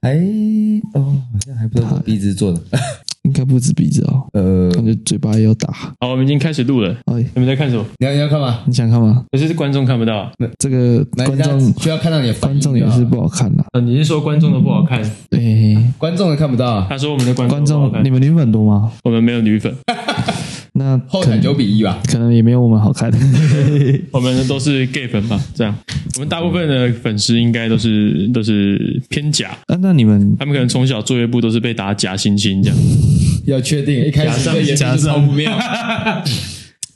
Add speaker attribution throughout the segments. Speaker 1: 哎，哦，好像还不知道是鼻子做的。
Speaker 2: 应该不止鼻子哦，
Speaker 1: 呃，
Speaker 2: 感觉嘴巴也有打。
Speaker 3: 好，我们已经开始录了。
Speaker 2: 哎，
Speaker 3: 你们在看什么？
Speaker 1: 你要你要干嘛？
Speaker 2: 你想看吗？
Speaker 3: 可是观众看不到啊。
Speaker 2: 这个
Speaker 1: 来
Speaker 2: 观
Speaker 1: 大
Speaker 2: 众
Speaker 1: 家需要看到你的反应啊
Speaker 2: 观众也是不好看啦。
Speaker 3: 呃，你是说观众的不好看？
Speaker 2: 哎，
Speaker 1: 观众也看不到啊，
Speaker 3: 他说我们的观
Speaker 2: 观
Speaker 3: 众不好
Speaker 2: 众，
Speaker 3: 看
Speaker 2: 你们女粉多吗？
Speaker 3: 我们没有女粉，
Speaker 2: 那
Speaker 1: 后
Speaker 2: 可
Speaker 1: 台
Speaker 2: 能
Speaker 1: 九比一啊吧。
Speaker 2: 可能也没有我们好看。 啊
Speaker 3: 我们都是 gay 粉吧？这样，我们大部分的粉丝应该都是都是偏假，
Speaker 2: 啊，那你们
Speaker 3: 他们可能从小作业部都是被打假惺惺这样。
Speaker 1: 要确定，一开始 这颜值超不妙。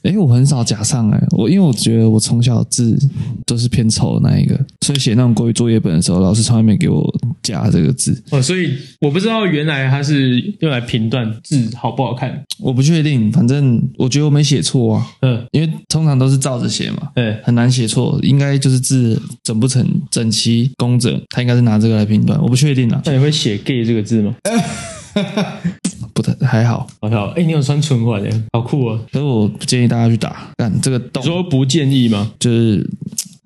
Speaker 2: 哎，我很少假上哎，我因为我觉得我从小字都是偏丑的那一个，所以写那种国语作业本的时候，老师从来没给我假这个字。
Speaker 3: 哦，所以我不知道原来他是用来评断字好不好看。
Speaker 2: 我不确定，反正我觉得我没写错啊，
Speaker 3: 嗯，
Speaker 2: 因为通常都是照着写嘛。
Speaker 3: 对，
Speaker 2: 很难写错，应该就是字整不成整齐工整，他应该是拿这个来评断，我不确定啊，
Speaker 3: 那你会写 gay 这个字吗？
Speaker 2: 不太还好，
Speaker 3: 好笑。哎，你有穿唇环诶，好酷哦。
Speaker 2: 可是我不建议大家去打，干这个洞
Speaker 3: 你说不建议吗？
Speaker 2: 就是。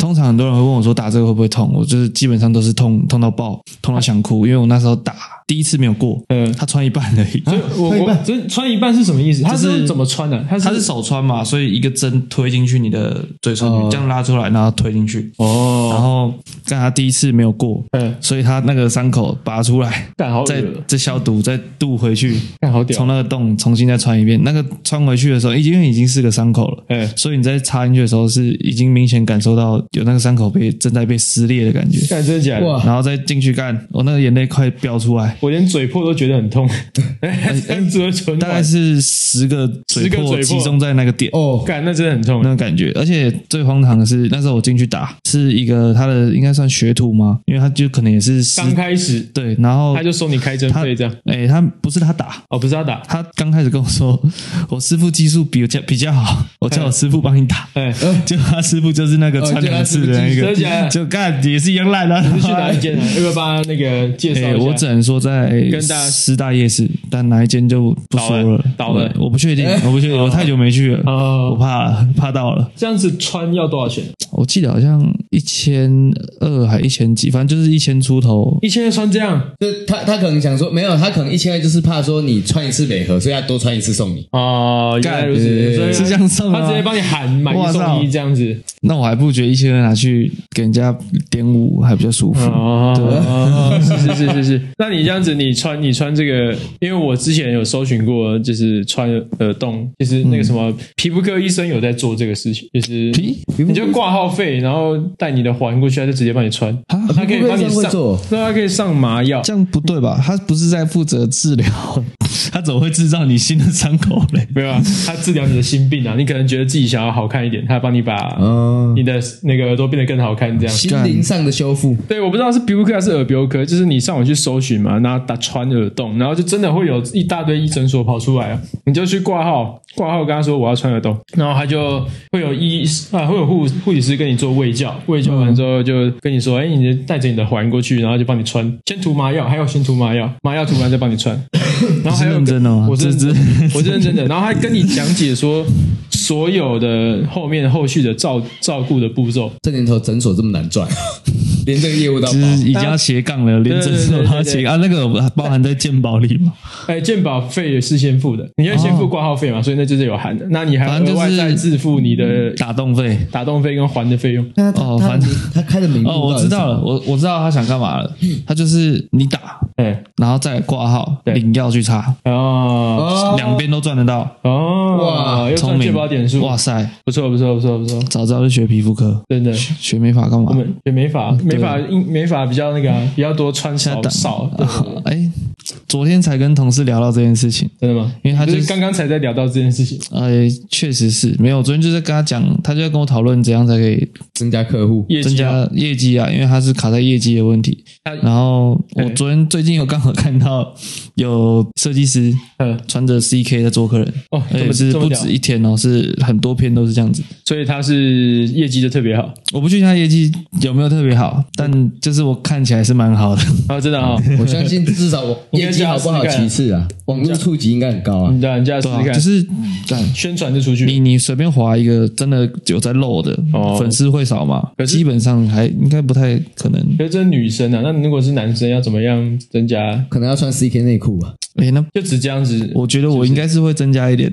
Speaker 2: 通常很多人会问我说打这个会不会痛，我就是基本上都是痛痛到爆，痛到想哭，因为我那时候打第一次没有过，
Speaker 3: 嗯
Speaker 2: 他啊穿一半而已，
Speaker 3: 所以我我这穿一半是什么意思？他是怎么穿的？他
Speaker 2: 他是手穿嘛，所以一个针推进去你的嘴唇，这样拉出来，然后推进去，
Speaker 3: 哦，
Speaker 2: 然后但他第一次没有过，
Speaker 3: 嗯，
Speaker 2: 所以他那个伤口拔出来，
Speaker 3: 干好恶
Speaker 2: 再再消毒，再镀回去，
Speaker 3: 干好屌
Speaker 2: 从那个洞重新再穿一遍。那个穿回去的时候，已经因为已经是个伤口了，
Speaker 3: 嗯
Speaker 2: 所以你在插进去的时候是已经明显感受到有那个伤口被正在被撕裂的感觉，
Speaker 3: 干真的假的？
Speaker 1: 哇
Speaker 2: 然后再进去干，我、那个眼泪快飙出来，
Speaker 3: 我连嘴破都觉得很痛， 三折唇
Speaker 2: 哎大概
Speaker 3: 环，
Speaker 2: 是十个嘴
Speaker 3: 10个
Speaker 2: 破
Speaker 3: 嘴破
Speaker 2: 集中在那个点。
Speaker 1: 哦，
Speaker 3: 干那真的很痛
Speaker 2: 那。种感觉，而且最荒唐的是，那时候我进去打是一个他的应该算学徒嘛，因为他就可能也是师
Speaker 3: 刚开始
Speaker 2: 对，然后
Speaker 3: 他就收你开针
Speaker 2: 哦他
Speaker 3: 费这样，
Speaker 2: 哎、他不是他打，
Speaker 3: 哦，不是他打，
Speaker 2: 他刚开始跟我说，我师傅技术比较比较好，我叫我师傅帮你打。
Speaker 3: 哎， 哦
Speaker 2: 就他师傅就是那个穿两次的那
Speaker 3: 真
Speaker 2: 个
Speaker 3: 的，假的？
Speaker 2: 就干也是一样烂的、
Speaker 3: 你是去哪一间啊？要不要帮他那个介绍
Speaker 2: 哎，我
Speaker 3: 一
Speaker 2: 只
Speaker 3: 下？
Speaker 2: 能说在
Speaker 3: 跟大家
Speaker 2: 师大夜市，但哪一间就不说了。
Speaker 3: 倒了倒了哎
Speaker 2: 我我不确定，我不确定，我太久没去了，我
Speaker 3: 哦，
Speaker 2: 怕怕到了。
Speaker 3: 这样子穿要多少钱？
Speaker 2: 我记得好像一千二还一千几，反正就是一千出头。
Speaker 3: 一千二穿这样
Speaker 1: 就他他可能想说没有，他可能一千二就是怕说你穿一次美盒，所以他多穿一次送你。
Speaker 3: 哦，原来如此，
Speaker 1: 干
Speaker 3: 所以
Speaker 2: 是这样送吗
Speaker 3: 他直接帮你喊买一送一这样子。
Speaker 2: 那我还不觉得一千二拿去给人家点五还比较舒服。
Speaker 3: 哦，是是是是是。那你这样子，你穿你穿这个，因为我之前有搜寻过，就是穿耳洞，就是那个什么皮肤科医生有在做这个事情，就是
Speaker 2: 皮
Speaker 3: 你就挂号费，然后带你的环过去，他就直接帮你穿，
Speaker 2: 啊
Speaker 3: 他可以帮你
Speaker 1: 皮肤科医生会
Speaker 3: 上
Speaker 1: 做，
Speaker 3: 对，他可以上麻药。
Speaker 2: 这样不对吧？他不是在负责治疗， 他怎么会制造你新的伤口嘞？
Speaker 3: 没有啊，他治疗你的心病啊，你可能觉得自己想要好看一点，他帮你把
Speaker 2: 哦
Speaker 1: 嗯，
Speaker 3: 你的那个耳朵变得更好看，这样。
Speaker 1: 心灵上的修复，
Speaker 3: 对，我不知道是鼻鼻科还是耳鼻喉科，就是你上网去搜寻嘛，然后打穿耳洞，然后就真的会有一大堆医诊所跑出来啊，你就去挂号，挂号跟他说我要穿耳洞，然后他就会有医啊，会有护护理师跟你做胃教，胃教完之后就跟你说，哎、你带着你的环过去，然后就帮你穿，先涂麻药，还有先涂麻药，麻药涂完再帮你穿，然后哦还有
Speaker 2: 你是认真的吗
Speaker 3: 我是认
Speaker 2: 这
Speaker 3: 真
Speaker 2: 这
Speaker 3: 的， 我是认真的，然后还跟你讲解说所有的后面后续的照照顾的步骤，
Speaker 1: 这年头诊所这么难赚， 连这个业务都要
Speaker 2: 就
Speaker 1: 跑
Speaker 3: 哦
Speaker 2: 是已经要斜杠了，连诊所都要斜杠啊，那个包含在健保里嘛？
Speaker 3: 哎，健保费也是先付的，你要先付挂号费嘛，所以那就是有含的。那你还
Speaker 2: 哦反正
Speaker 3: 额
Speaker 2: 就是
Speaker 3: 外再自付你的
Speaker 2: 打洞费。
Speaker 3: 打动费跟还的费用。
Speaker 1: 那他
Speaker 2: 哦
Speaker 1: 他
Speaker 2: 反正
Speaker 1: 他开的
Speaker 3: 嗯
Speaker 1: 名目
Speaker 2: 哦，我知道了，我我知道他想干嘛了，他就是你打，
Speaker 3: 哎，
Speaker 2: 然后再挂号
Speaker 3: 对
Speaker 2: 领药去查，
Speaker 3: 哦
Speaker 1: 哦，
Speaker 2: 两边都赚得到，
Speaker 3: 哦，
Speaker 1: 哇
Speaker 3: 又
Speaker 2: 聪
Speaker 3: 赚
Speaker 2: 明
Speaker 3: 健保点数，
Speaker 2: 哇塞，
Speaker 3: 不错不错不错不错，
Speaker 2: 早知道就学皮肤科，
Speaker 3: 真的。
Speaker 2: 学美发干嘛
Speaker 3: 我？们也没法，没法，没法比较那个啊、比较多穿
Speaker 2: 嗯现在
Speaker 3: 少
Speaker 2: 打
Speaker 3: 少，对对对
Speaker 2: 啊 哎，昨天才跟同事聊到这件事情。
Speaker 3: 真的吗？
Speaker 2: 因为他
Speaker 3: 你不
Speaker 2: 就是是
Speaker 3: 刚刚才在聊到这件事情，
Speaker 2: 哎，确实是没有。昨天就在跟他讲，他就在跟我讨论怎样才可以
Speaker 1: 增加客户，
Speaker 3: 业
Speaker 2: 增
Speaker 3: 绩啊
Speaker 2: 加业绩啊，因为他是卡在业绩的问题。
Speaker 3: 他
Speaker 2: 然后我
Speaker 3: 对
Speaker 2: 昨天最近有刚好看到有设计师
Speaker 3: 嗯
Speaker 2: 穿着 CK 在做客人，
Speaker 3: 哦，
Speaker 2: 而
Speaker 3: 这
Speaker 2: 且
Speaker 3: 么
Speaker 2: 是
Speaker 3: 这么
Speaker 2: 不
Speaker 3: 屌
Speaker 2: 止，一天哦，是很多篇都是这样子。
Speaker 3: 所以他是业绩就特别好
Speaker 2: 我不确定他业绩有没有特别好，但就是我看起来是蛮好的。
Speaker 3: 啊，真的啊、
Speaker 1: 我相信至少我
Speaker 3: 应该
Speaker 1: 业绩好不好
Speaker 3: 加十个
Speaker 1: 其次 啊，网络触及应该很高啊
Speaker 3: 你。对啊，你这样试
Speaker 2: 对
Speaker 3: 试
Speaker 2: 啊，
Speaker 3: 看，嗯
Speaker 2: 就是干
Speaker 3: 宣传就出去，
Speaker 2: 你你随便划一个真的有在漏的
Speaker 3: 哦
Speaker 2: 粉丝会少嘛
Speaker 3: 可，是
Speaker 2: 基本上还应该不太可能。
Speaker 3: 可是这是女生啊，那如果是男生要怎么样增加？
Speaker 1: 可能要穿 CK 内裤吧。
Speaker 2: 哎、那
Speaker 3: 就只这样子
Speaker 2: 我觉得我应该是会增加一点，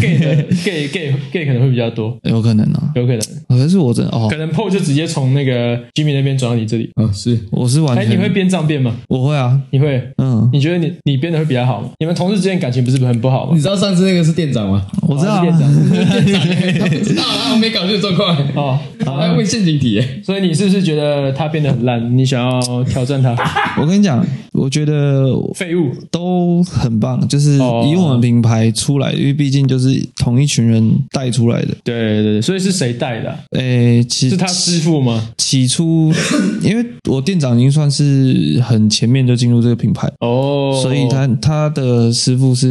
Speaker 3: ，gay 的 gay gay gay 可能会比较多，
Speaker 2: 有可能啊。
Speaker 3: 有可能，
Speaker 2: 可是我真哦
Speaker 3: 可，能 PO 就直接从那个 Jimmy 那边转到你这里。
Speaker 1: 嗯，是
Speaker 2: 我是完
Speaker 3: 哎，
Speaker 2: 全、
Speaker 3: 你会哦编账变吗？
Speaker 2: 我会啊，
Speaker 3: 你会？
Speaker 2: 嗯，
Speaker 3: 你觉得你你编的会比较好吗？你们同事之间感情不是很不好吗
Speaker 1: 你？知道上次那个是店长吗？
Speaker 2: 我知道、
Speaker 3: 哦是店长
Speaker 2: 啊，
Speaker 1: 他不知道啊，我没搞清楚状 况，
Speaker 3: 哦，
Speaker 1: 我还问陷阱题耶。
Speaker 3: 所以你是不是觉得他变得很烂？你想要挑战他？
Speaker 2: 我跟你讲，我觉得
Speaker 3: 废物
Speaker 2: 都很棒，就是
Speaker 3: 哦
Speaker 2: 以我们品牌出来，因为毕竟就是同一群人带出来的。
Speaker 3: 对对对，所以是谁带的啊、
Speaker 2: 诶、其
Speaker 3: 是他师傅吗？
Speaker 2: 起初，因为我店长已经算是很前面就进入这个品牌，
Speaker 3: 哦，
Speaker 2: 所以他他的师傅是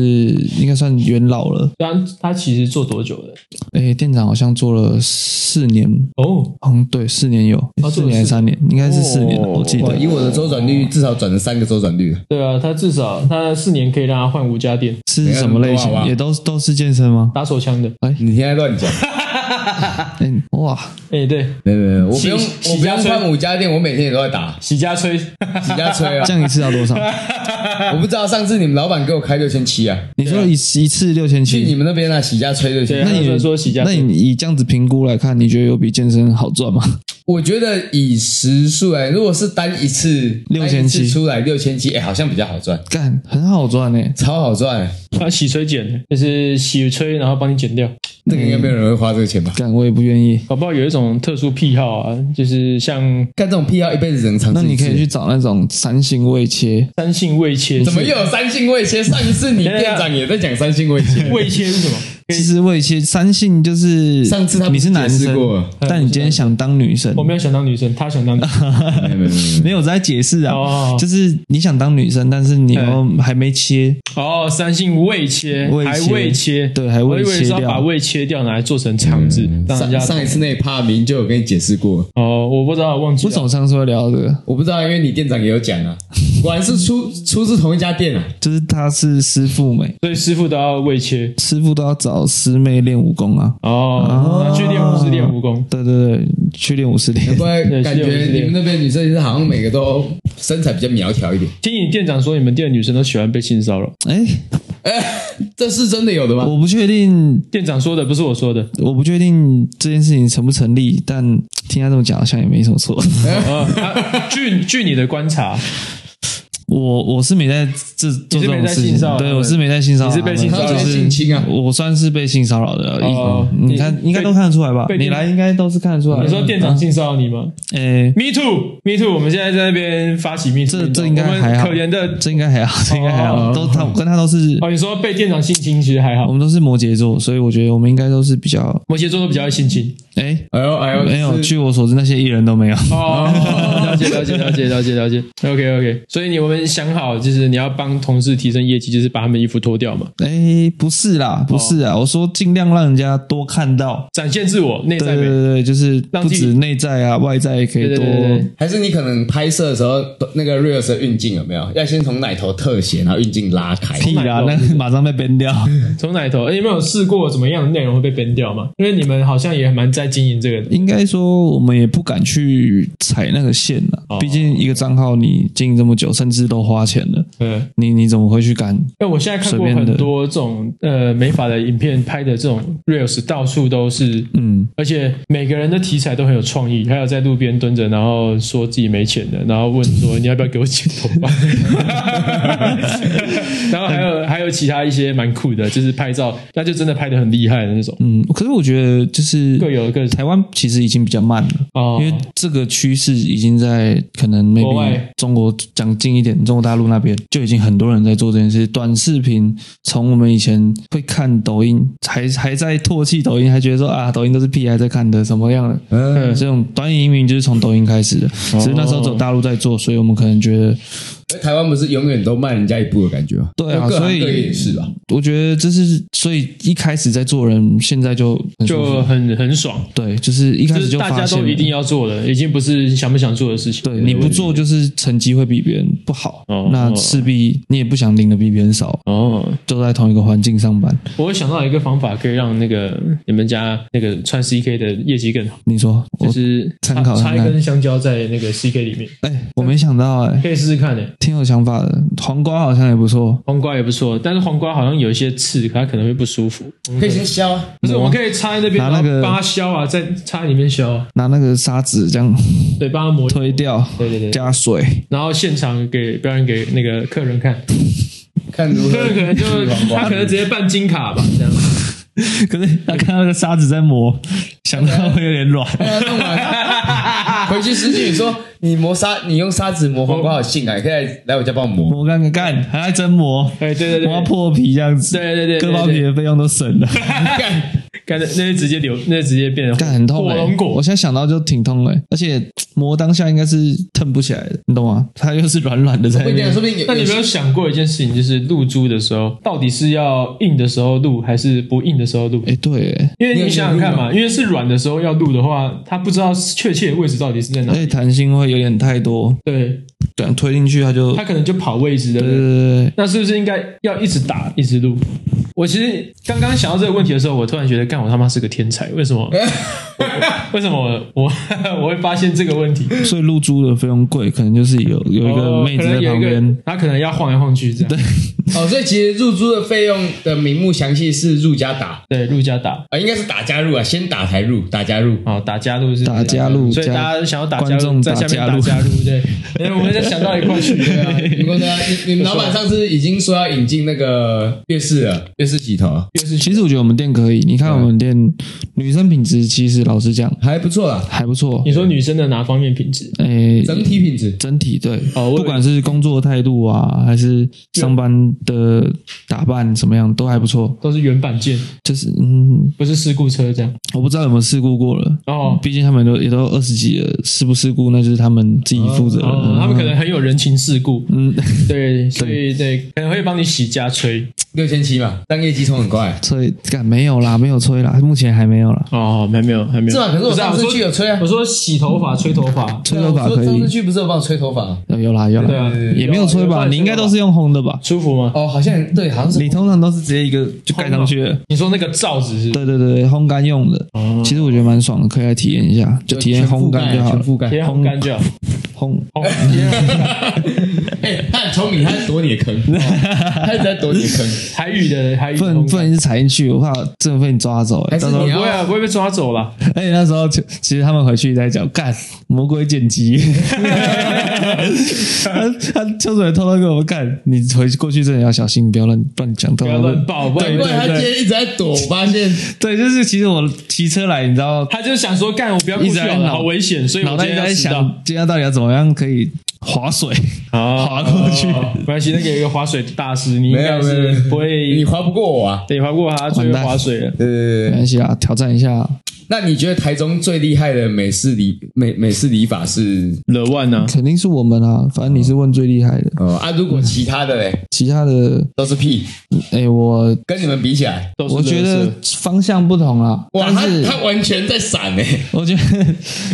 Speaker 2: 应该算元老了。
Speaker 3: 他他其实做多久的？
Speaker 2: 诶、店长好像做了四年，
Speaker 3: 哦，
Speaker 2: 好像嗯对四年有
Speaker 3: 他，
Speaker 2: 四
Speaker 3: 做了
Speaker 2: 年还是
Speaker 3: 哦四
Speaker 2: 三年，应该是四年，
Speaker 3: 哦
Speaker 2: 我记
Speaker 1: 哇，
Speaker 2: 得
Speaker 1: 以我的周转率，至少转了三个周转率。
Speaker 3: 对啊，他至少他四年可以让他换五家店
Speaker 2: 是什么类
Speaker 1: 没有那么多好啊
Speaker 2: 型，
Speaker 1: 吧
Speaker 2: 也都都是健身 吗？
Speaker 3: 打手枪的。
Speaker 1: 你现在乱讲，
Speaker 2: 嗯，哇，
Speaker 3: 哎，对，
Speaker 1: 没有没有没有，我不
Speaker 3: 洗
Speaker 1: 用
Speaker 3: 洗
Speaker 1: 我不
Speaker 3: 家
Speaker 1: 用
Speaker 3: 吹
Speaker 1: 换五家店，我每天也都在打，
Speaker 3: 洗家吹，
Speaker 1: 几 家吹啊
Speaker 2: 这。样一次要多少？
Speaker 1: 我不知道上次你们老板给我开六千七啊，
Speaker 2: 你说一一次六千
Speaker 1: 去你
Speaker 2: 七，
Speaker 1: 们那边啊，洗家吹六
Speaker 3: 对
Speaker 1: 千
Speaker 3: 啊，
Speaker 1: 七。
Speaker 2: 那你
Speaker 3: 他们说洗家
Speaker 2: 那
Speaker 3: 吹
Speaker 2: 你以这样子评估来看，你觉得有比健身好赚吗？
Speaker 1: 我觉得以时数来，如果是单一次
Speaker 2: 六千七
Speaker 1: 单一次出来六千七，哎，好像比较好赚，
Speaker 2: 干，很好赚欸诶、
Speaker 1: 超好赚。
Speaker 3: 他洗吹剪，就是洗吹，然后帮你剪掉。
Speaker 1: 那个应该没有人会花这个钱吧？
Speaker 2: 干，我也不愿意。
Speaker 3: 搞不好有一种特殊癖好啊，就是像
Speaker 1: 干这种癖好一辈子只能尝试
Speaker 2: 那你
Speaker 1: 一次
Speaker 2: 可以去找那种三星未切，
Speaker 3: 三性未切，
Speaker 1: 怎么又有三性未切？上一 次你
Speaker 3: 等一下
Speaker 1: 店长也在讲三性未切，
Speaker 3: 未切是什么？可以
Speaker 2: 其实未切三性就是
Speaker 1: 上次他不
Speaker 2: 你是男
Speaker 1: 解释
Speaker 2: 生
Speaker 1: 过了，
Speaker 2: 但你今天想当女生
Speaker 3: 我，没有想当女生，他想当女生。
Speaker 1: 没有没有没有
Speaker 2: 没有在解释啊
Speaker 3: 哦，
Speaker 2: 就是你想当女生，但是你又还没切，
Speaker 3: 哦，三性未切，
Speaker 2: 未切
Speaker 3: 还未切，
Speaker 2: 对还未
Speaker 3: 我以为是
Speaker 2: 切
Speaker 3: 要
Speaker 2: 掉嗯
Speaker 3: 把未切掉拿来做成肠子，让人家
Speaker 1: 上上一次那一趴明就有跟你解释过，
Speaker 3: 哦，我不知道，忘记
Speaker 2: 我
Speaker 3: 了。
Speaker 2: 总上次会聊到这个，
Speaker 1: 我不知道，因为你店长也有讲 啊，果然是出出自同一家店啊，
Speaker 2: 就是他是师傅美，
Speaker 3: 所以师傅都要未切
Speaker 2: 师傅都要找师妹练武功啊。
Speaker 3: 哦，拿去练武是练武功，
Speaker 2: 对对对，去练武士
Speaker 1: 难
Speaker 2: 练。
Speaker 1: 怪
Speaker 3: 对
Speaker 1: 感觉你们那边女设计师好像每个都身材比较苗条一点，
Speaker 3: 听你店长说，你们店的女生都喜欢被性骚扰。
Speaker 2: 哎，
Speaker 1: 这是真的有的吗？
Speaker 2: 我不确定，
Speaker 3: 店长说的不是我说的，
Speaker 2: 我不确定这件事情成不成立，但听他这么讲好像也没什么 错。
Speaker 3: 啊啊据据你的 观察，
Speaker 2: 我我是没在这做这种事
Speaker 3: 你是没在性
Speaker 2: 情
Speaker 3: 骚扰，他
Speaker 2: 对
Speaker 3: 们
Speaker 2: 我是没在性骚扰他
Speaker 3: 你是
Speaker 2: 们，
Speaker 3: 被性骚扰
Speaker 2: 就
Speaker 1: 他
Speaker 2: 是
Speaker 1: 有性侵啊
Speaker 2: 我算是被性骚扰的而已。
Speaker 3: 哦
Speaker 2: 你看，
Speaker 3: 你
Speaker 2: 应该都看得出来吧
Speaker 3: 被？
Speaker 2: 你来应该都是看得出来的。
Speaker 3: 你说店长性骚扰你吗
Speaker 2: 诶，
Speaker 3: ？Me too，Me too，我们现在在那边发起 Me
Speaker 2: 这
Speaker 3: too，运动
Speaker 2: 这应该
Speaker 3: 我们
Speaker 2: 还好
Speaker 3: 可怜的
Speaker 2: 这应该还好，这应该还好，
Speaker 3: 哦
Speaker 2: 都他我跟他都是，
Speaker 3: 哦，你说被店长性侵其实还
Speaker 2: 我
Speaker 3: 好，
Speaker 2: 们都是摩羯座，所以我觉得我们应该都是比较
Speaker 3: 摩羯座都比较会性侵。
Speaker 2: 诶，
Speaker 1: 哎呦哎呦，
Speaker 2: 没有，
Speaker 1: 是
Speaker 2: 据我所知，那些艺人都没 有。
Speaker 3: 哦， 了解了解了解了解了解。OK OK，所以你我们想好，就是你要帮同事提升业绩，就是把他们衣服脱掉嘛，
Speaker 2: 哎，不是啦，不是
Speaker 3: 哦
Speaker 2: 啊，我说尽量让人家多看到。
Speaker 3: 展现自我，内
Speaker 2: 对
Speaker 3: 在美
Speaker 2: 对。对，就是
Speaker 3: 让
Speaker 2: 不
Speaker 3: 自己
Speaker 2: 止内在啊，外在也可以
Speaker 3: 对对
Speaker 2: 多。
Speaker 3: 对对对
Speaker 1: 还是你可能拍摄的时候，那个 reels 的运镜有没有？要先从奶头特写，然后运镜拉开。
Speaker 2: 屁
Speaker 3: 哦
Speaker 2: 啦，那个马上被编 掉。
Speaker 3: 从哪里投？哎，有没有试过怎么样的内容会被编掉嘛？因为你们好像也蛮在经营这个的。
Speaker 2: 应该说，我们也不敢去踩那个线了、
Speaker 3: 哦
Speaker 2: 毕竟一个账号你经营这么久，甚至都花钱了，
Speaker 3: 嗯，
Speaker 2: 你你怎么会去敢？
Speaker 3: 哎，我现在看
Speaker 2: 随
Speaker 3: 过
Speaker 2: 便的
Speaker 3: 很多这种呃美发的影片拍的这种 reels，到处都是。
Speaker 2: 嗯，
Speaker 3: 而且每个人的题材都很有创意，还有在路边蹲着，然后说自己没钱的，然后问说你要不要给我剪头发， 然后还有还有其他一些蛮酷的，就是拍照，那就真的拍的很厉害的那种，
Speaker 2: 嗯，可是我觉得就是
Speaker 3: 各有各
Speaker 2: 台湾其实已经比较慢了。
Speaker 3: 哦
Speaker 2: 因为这个趋势已经在可能
Speaker 3: 国
Speaker 2: maybe
Speaker 3: 外
Speaker 2: 中国讲近一点，中国大陆那边就已经很多人在做这件事。短视频从我们以前会看抖音，还还在唾弃抖音，还觉得说啊抖音都是屁，还在看的什么样的。
Speaker 1: 嗯，
Speaker 2: 这种短影音就是从抖音开始的，只是那时候走大陆在做，所以我们可能觉得
Speaker 1: 台湾不是永远都慢人家一步的感觉吗？
Speaker 2: 对啊
Speaker 1: 各行
Speaker 2: 所以
Speaker 1: 各业也是吧。
Speaker 3: 嗯
Speaker 2: 我觉得这是所以一开始在做人，现在就很舒服
Speaker 3: 就很很爽，
Speaker 2: 对，就是一开
Speaker 3: 就
Speaker 2: 始
Speaker 3: 是大
Speaker 2: 发
Speaker 3: 家
Speaker 2: 现
Speaker 3: 都
Speaker 2: 了
Speaker 3: 一定要做的，已经不是想不想做的事情。
Speaker 2: 对，你不做就是成绩会比别人不好，
Speaker 3: 哦
Speaker 2: 那势必你也不想领的比别人少，
Speaker 3: 哦，
Speaker 2: 都在同一个环境上班。
Speaker 3: 我有想到一个方法，可以让那个你们家那个穿 CK 的业绩更好，
Speaker 2: 你说，我
Speaker 3: 就是
Speaker 2: 参
Speaker 3: 插
Speaker 2: 考看
Speaker 3: 插
Speaker 2: 看
Speaker 3: 一根香蕉在那个 CK 里面，
Speaker 2: 哎、我没想到、哎，
Speaker 3: 可以试试看的。
Speaker 2: 挺有想法的。黄瓜好像也不错，
Speaker 3: 黄瓜也不错，但是黄瓜好像有一些刺，它可能会不舒服。
Speaker 1: 可以先削啊，
Speaker 3: 不是，我们可以插在那边，
Speaker 2: 拿那
Speaker 3: 然
Speaker 2: 个
Speaker 3: 后帮它削啊，再插在里面削啊，
Speaker 2: 拿那个砂纸这样
Speaker 3: 对，帮它磨。
Speaker 2: 推掉，
Speaker 3: 对对对，
Speaker 2: 加水。
Speaker 3: 然后现场给表演给那个客人看，
Speaker 1: 看如何
Speaker 3: 客人 可能就
Speaker 1: 吃黄瓜
Speaker 3: 他可能直接办金卡吧，这样。
Speaker 2: 可是他看到那个砂纸在磨，想到会有点软。
Speaker 1: 哎呀弄完啊回去师姐说你磨砂，你用砂纸磨黄瓜好性感，可以来来我家帮我 磨。
Speaker 2: 磨干干，还在真磨，
Speaker 3: 哎，对对对，
Speaker 2: 磨到破皮这样子。
Speaker 3: 对对对对对
Speaker 2: 割包皮的费用都省 了，
Speaker 1: 干
Speaker 3: 干的那就直接流，那就直接变成
Speaker 2: 干很痛
Speaker 3: 火
Speaker 2: 哎、
Speaker 3: 龙果
Speaker 2: 我。现在想到就挺痛哎、而且磨当下应该是腾不起来的，你懂吗？ 它又是软软的在
Speaker 1: 我跟你
Speaker 2: 那
Speaker 1: 讲，
Speaker 2: 边。
Speaker 1: 说不定有
Speaker 3: 那你有没
Speaker 1: 有
Speaker 3: 有想过一件事情，就是露珠的时候，到底是要硬的时候录，还是不硬的时候录
Speaker 2: 哎、？对、欸，
Speaker 3: 因为你想想看嘛，因为是软的时候要录的话，他不知道确切的位置到底是在哪
Speaker 2: 而，且弹性会有点太多，
Speaker 3: 对
Speaker 2: 这样推进去它就
Speaker 3: 他可能就跑位置的。
Speaker 2: 对对对对，
Speaker 3: 那是不是应该要一直打，一直录？我其实刚刚想到这个问题的时候，我突然觉得，干我他妈是个天才，为什 么？为什么我 我我会发现这个问题？
Speaker 2: 对 所以露珠的费用贵，可能就是有有一个
Speaker 3: 哦
Speaker 2: 妹子
Speaker 3: 可
Speaker 2: 在
Speaker 3: 能有
Speaker 2: 旁
Speaker 3: 一个
Speaker 2: 边，
Speaker 3: 他可能要晃来晃去这样。对
Speaker 1: 哦，所以其实入租的费用的名目详细是入加打
Speaker 3: 对，陆家打。
Speaker 1: 啊，应该是打加入啊，先打才入，打加入。
Speaker 3: 哦，打加入是
Speaker 2: 打加入
Speaker 3: 所以
Speaker 2: 加
Speaker 3: 大家想要打嗯加
Speaker 2: 观
Speaker 3: 入，
Speaker 2: 众
Speaker 3: 在下面打
Speaker 2: 打
Speaker 3: 加入， 对，因为我们在想到一块去，
Speaker 1: 对 啊，你们呢？你你们老板上次已经说要引进那个月式了，月式洗头
Speaker 2: 其实我觉得我们店可以，你
Speaker 3: 啊
Speaker 2: 看我们店女生品质其实老实讲
Speaker 1: 还不错啦，
Speaker 2: 还不错
Speaker 3: 你，说女生的哪方面品质？
Speaker 2: 诶、
Speaker 1: 整体品质。
Speaker 2: 整体对，
Speaker 3: 哦我以为
Speaker 2: 不管是工作态度啊，还是上班的打扮怎么样，都还不错。
Speaker 3: 都是原版件，
Speaker 2: 就是嗯，
Speaker 3: 不是事故车这样。
Speaker 2: 我不知道有没有事故过了，
Speaker 3: 哦
Speaker 2: 毕竟他们都也都二十几了，事不事故那就是他们自己负责
Speaker 3: 哦，他
Speaker 2: 了。
Speaker 3: 们可能很有人情世故，
Speaker 2: 嗯，
Speaker 3: 对，所以对，可能会帮你洗加吹。
Speaker 1: 六千七嘛，当业绩冲很快。
Speaker 2: 吹干没有啦，没有吹啦，目前还没有啦。
Speaker 3: 哦，还没有，还没
Speaker 1: 是
Speaker 3: 有。
Speaker 1: 吧？可是我
Speaker 3: 不啊
Speaker 1: 上次去有吹啊
Speaker 3: 我，说洗头发、吹头发，
Speaker 2: 吹头发
Speaker 1: 我
Speaker 2: 可
Speaker 1: 说上次
Speaker 2: 以，
Speaker 1: 去不是有帮我吹头发？
Speaker 2: 呃有啦有
Speaker 3: 对
Speaker 2: 啦，
Speaker 3: 啊，啊
Speaker 2: 也没有吹
Speaker 3: 有
Speaker 2: 吧？你应该都是用烘的吧？
Speaker 3: 舒服吗？
Speaker 1: 哦，好像对，好像是
Speaker 2: 你通常都是直接一个就盖上去了。
Speaker 3: 你说那个罩子是不是？
Speaker 2: 对对对，烘干用的，
Speaker 3: 哦
Speaker 2: 其实我觉得蛮爽的，可以来体验一下，就体验
Speaker 1: 全覆
Speaker 2: 烘干
Speaker 1: 盖
Speaker 2: 就好
Speaker 1: 全
Speaker 2: 了。
Speaker 1: 覆盖。
Speaker 3: 贴烘干就好。
Speaker 2: 烘
Speaker 3: 烘
Speaker 1: 哎，他很聪明，他在躲你的坑，哦他一直在躲你的坑。
Speaker 3: 台语的台语的
Speaker 2: 不能
Speaker 3: 烘
Speaker 2: 不
Speaker 3: 干
Speaker 2: 能一直踩进去，我怕真的被你抓走、欸。
Speaker 1: 还是
Speaker 2: 到时候
Speaker 1: 你
Speaker 3: 不会啊，
Speaker 1: 要
Speaker 3: 不会被抓走啦。
Speaker 2: 而且那时候就其实他们回去在讲干魔鬼剪辑，他他秋水偷偷跟我们干，你回去过去真的要小心，不要乱乱讲，不
Speaker 3: 不要乱报，不然
Speaker 1: 难怪他今天一直在躲，我发现
Speaker 2: 对，就是其实我骑车来，你知道，
Speaker 3: 他就想说，干我不要过去
Speaker 2: 一直在
Speaker 3: 好了，
Speaker 2: 脑
Speaker 3: 好危险，所以
Speaker 2: 脑
Speaker 3: 我
Speaker 2: 袋
Speaker 3: 今
Speaker 2: 一直
Speaker 3: 天要
Speaker 2: 在
Speaker 3: 迟到
Speaker 2: 想今天到底要怎么样可以划水，
Speaker 3: 啊
Speaker 2: 划过去
Speaker 3: 哦没关系，那个有一个划水大师，你应
Speaker 1: 没有
Speaker 3: 该
Speaker 1: 没有
Speaker 3: 是
Speaker 1: 没有
Speaker 3: 不
Speaker 1: 你
Speaker 3: 会，
Speaker 1: 划不过我啊。
Speaker 3: 对，划过他最会
Speaker 2: 完蛋
Speaker 3: 划水了。
Speaker 1: 对对对对，
Speaker 2: 没关系啊，挑战一下。
Speaker 1: 那你觉得台中最厉害的美式理美美式理法是
Speaker 3: 惹万呢？
Speaker 2: 肯定是我们啊，反正你是问最厉害的，
Speaker 1: 哦啊？如果其他的嘞
Speaker 2: 其他的，
Speaker 1: 都是屁，
Speaker 2: 哎、我
Speaker 1: 跟你们比起来，
Speaker 3: 都是
Speaker 2: 我觉
Speaker 3: 垃
Speaker 2: 得
Speaker 3: 圾
Speaker 2: 方向不同啊，
Speaker 1: 哇，
Speaker 2: 但
Speaker 1: 他
Speaker 2: 是
Speaker 1: 他完全在闪哎。
Speaker 2: 我觉得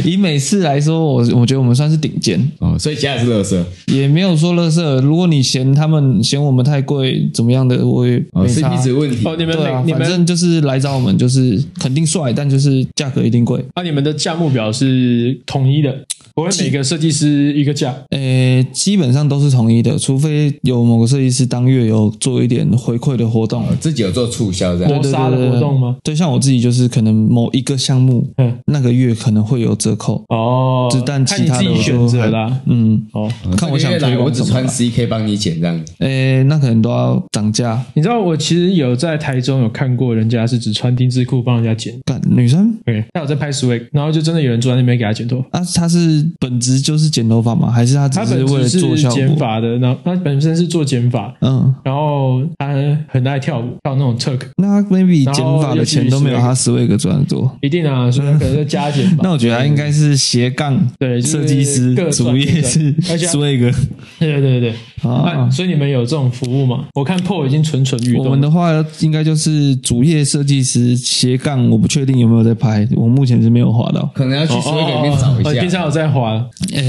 Speaker 2: 以美式来说，我我觉得我们算是顶尖，
Speaker 1: 哦，所以其他也是乐色，
Speaker 2: 也没有说垃圾。如果你嫌他们嫌我们太贵怎么样的，我也
Speaker 1: 哦
Speaker 2: 没差。
Speaker 1: ，CP 值问题。
Speaker 3: 哦，你们
Speaker 2: 对啊，
Speaker 3: 你
Speaker 2: 反
Speaker 3: 们
Speaker 2: 正就是来找我们，就是肯定帅，但就是价格一定贵。
Speaker 3: 啊，你们的价目表是统一的，不会每个设计师一个价。
Speaker 2: 呃，基本上都是统一的，除非有某个设计师当月有做一点回馈的活动。
Speaker 1: 自己有做促销这样
Speaker 3: 磨砂哦的活动吗？
Speaker 2: 对，像我自己就是可能某一个项目，
Speaker 3: 嗯
Speaker 2: 那个月可能会有折扣。
Speaker 3: 哦
Speaker 2: 只，但
Speaker 3: 看
Speaker 2: 其
Speaker 3: 你
Speaker 2: 他
Speaker 3: 自
Speaker 2: 的
Speaker 3: 己
Speaker 2: 我
Speaker 3: 选
Speaker 2: 就
Speaker 3: 择
Speaker 2: 很
Speaker 3: 啦。
Speaker 2: 嗯，
Speaker 3: 哦，
Speaker 2: 看我想
Speaker 1: 这个月
Speaker 2: 推
Speaker 1: 来，
Speaker 2: 广
Speaker 1: 我只
Speaker 2: 什么
Speaker 1: 穿 CK 帮你剪这样。
Speaker 2: 诶，那可能都要涨价。
Speaker 3: 你知道我其实有在台中有看过人家是只穿丁字裤帮人家剪，
Speaker 2: 干女生
Speaker 3: 对，他有在拍 swag，然后就真的有人坐在那边给他剪头发。
Speaker 2: 啊，她是本质就是剪头发吗？还是他只
Speaker 3: 他本
Speaker 2: 为了
Speaker 3: 质
Speaker 2: 做
Speaker 3: 是
Speaker 2: 效
Speaker 3: 减
Speaker 2: 果？
Speaker 3: 法的，然后他本身是做减法，
Speaker 2: 嗯，
Speaker 3: 然后他很爱跳舞，跳那种 tuck，
Speaker 2: 那他 maybe
Speaker 3: 然后
Speaker 2: 剪发的钱都没有他 Swag 赚的多。
Speaker 3: 一定啊，所以他可能在加减吧。
Speaker 2: 那我觉得他应该是斜杠
Speaker 3: 对就是
Speaker 2: 设计师
Speaker 3: 各，
Speaker 2: 主
Speaker 3: 赚
Speaker 2: 业
Speaker 3: 各
Speaker 2: 是
Speaker 3: 赚而且他
Speaker 2: Swag
Speaker 3: 对对对对对。啊，
Speaker 2: 啊。
Speaker 3: 所以你们有这种服务吗？我看 PO 已经蠢蠢欲
Speaker 2: 我们
Speaker 3: 动。哦
Speaker 2: 的话应该就是主业设计师斜杠，我不确定有没有在拍，我目前是没有画到，
Speaker 1: 可能要去
Speaker 3: 哦
Speaker 1: 水里面找
Speaker 3: 哦
Speaker 1: 一
Speaker 3: 平
Speaker 1: 下。
Speaker 3: 常有在滑，
Speaker 2: 呃，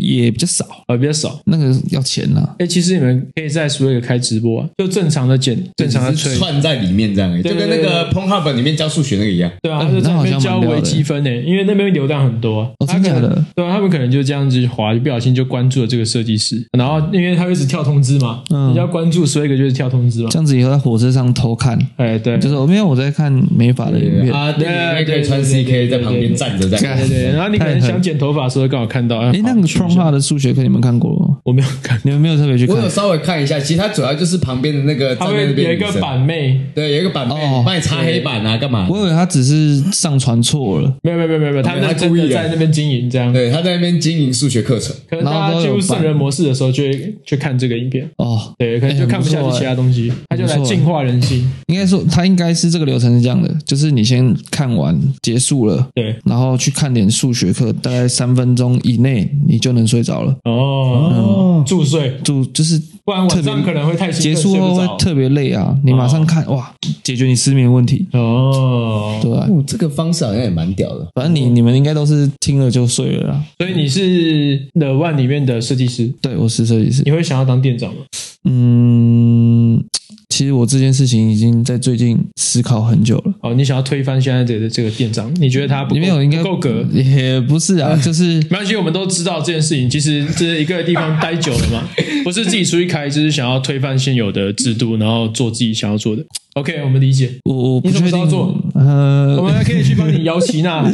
Speaker 2: 也比较少，
Speaker 3: 呃，比较少。
Speaker 2: 那个要钱呐、
Speaker 3: 哎，其实你们可以在 Swag 开直播啊，就正常的剪，正常的
Speaker 1: 只
Speaker 3: 吹
Speaker 1: 是，串在里面这样而已，
Speaker 3: 对
Speaker 1: 就
Speaker 3: 对
Speaker 1: 跟那
Speaker 3: 对
Speaker 1: 个 p o n h u b 里面教数学那个一样。
Speaker 3: 对啊，
Speaker 2: 嗯
Speaker 3: 他就在那边
Speaker 2: 那好
Speaker 3: 教
Speaker 2: 像蛮
Speaker 3: 微
Speaker 2: 妙的
Speaker 3: 积分呢，欸因为那边流量很多啊。
Speaker 2: 哦
Speaker 3: 他可能
Speaker 2: 真假的？
Speaker 3: 对啊，他们可能就这样子滑，就不小心就关注了这个设计师，然后因为他一直跳通知嘛，
Speaker 2: 嗯
Speaker 3: 你要关注 Swag 就是跳通知嘛
Speaker 2: 这。样子以后在火车上偷看，
Speaker 3: 哎，对，
Speaker 2: 就是我没有我在看美发的影片，
Speaker 1: 啊，对，
Speaker 3: 对
Speaker 1: 你可
Speaker 3: 对
Speaker 1: 以穿
Speaker 3: 对
Speaker 1: CK
Speaker 3: 对
Speaker 1: 在旁边站着这样。
Speaker 3: 对对，然后你可能
Speaker 2: 太狠
Speaker 3: 想剪头发的时候刚好看到，哎
Speaker 2: 哎、那个 t r o m a 的数学课你们看过吗？
Speaker 3: 我没有看，
Speaker 2: 你们没有特别去看
Speaker 1: 我？有稍微看一下，其实它主要就是旁边的那个
Speaker 3: 他
Speaker 1: 站在
Speaker 3: 会
Speaker 1: 那边的
Speaker 3: 有一
Speaker 1: 女
Speaker 3: 个
Speaker 1: 生，
Speaker 3: 板妹，
Speaker 1: 对，有一个板
Speaker 2: 哦
Speaker 1: 妹帮你擦黑板啊，干嘛？
Speaker 2: 我以为他只是上传错了，
Speaker 3: 没有没有没有没有没有，他
Speaker 1: 他
Speaker 3: 们真
Speaker 1: 故
Speaker 3: 的
Speaker 1: 意的
Speaker 3: 在那边经营这样。
Speaker 1: 对，他在那边经营数学课程，
Speaker 3: 可能大
Speaker 2: 然后
Speaker 3: 家
Speaker 2: 都
Speaker 3: 进
Speaker 2: 有
Speaker 3: 入
Speaker 2: 版
Speaker 3: 圣人模式的时候，就会去看这个影片，
Speaker 2: 哦。
Speaker 3: 对，可能
Speaker 2: 哎
Speaker 3: 就看不下去
Speaker 2: 很不错哎
Speaker 3: 其他东西，他就来净化人心。
Speaker 2: 应该说他应该是这个流程是这样的，就是你先看完结束了，
Speaker 3: 对，
Speaker 2: 然后去看点数学课，大概三分钟以内你就能睡着了。
Speaker 3: 哦，助睡，
Speaker 2: 就就是
Speaker 3: 不然晚上
Speaker 2: 特别
Speaker 3: 可能会太兴
Speaker 2: 结
Speaker 3: 奋
Speaker 2: 束
Speaker 3: 睡
Speaker 2: 后
Speaker 3: 不
Speaker 2: 会
Speaker 3: 着。
Speaker 2: 特别累啊，你马上看哇，解决你失眠问题，
Speaker 3: 哦，
Speaker 2: 对吧、
Speaker 1: 哦，这个方式好像也蛮屌的。
Speaker 2: 反正你你们应该都是听了就睡了啦。
Speaker 3: 所以你是 The One 里面的设计师，
Speaker 2: 对，我是设计师。
Speaker 3: 你会想要当店长吗？
Speaker 2: 嗯，其实我这件事情已经在最近思考很久了。
Speaker 3: 哦，你想要推翻现在这个这个店长？你觉得啊他不
Speaker 2: 你没有应该
Speaker 3: 不够格？哎
Speaker 2: 也不是啊，就是
Speaker 3: 没关系，我们都知道这件事情。其实这一个地方待久了 嘛，不是自己出去开，就是想要推翻现有的制度，然后做自己想要做的。OK，我们理 解。
Speaker 2: 我我不
Speaker 3: 你怎么
Speaker 2: 确
Speaker 3: 知道
Speaker 2: 定
Speaker 3: 做，我
Speaker 2: 呃，
Speaker 3: 们还可以去帮你摇旗呐。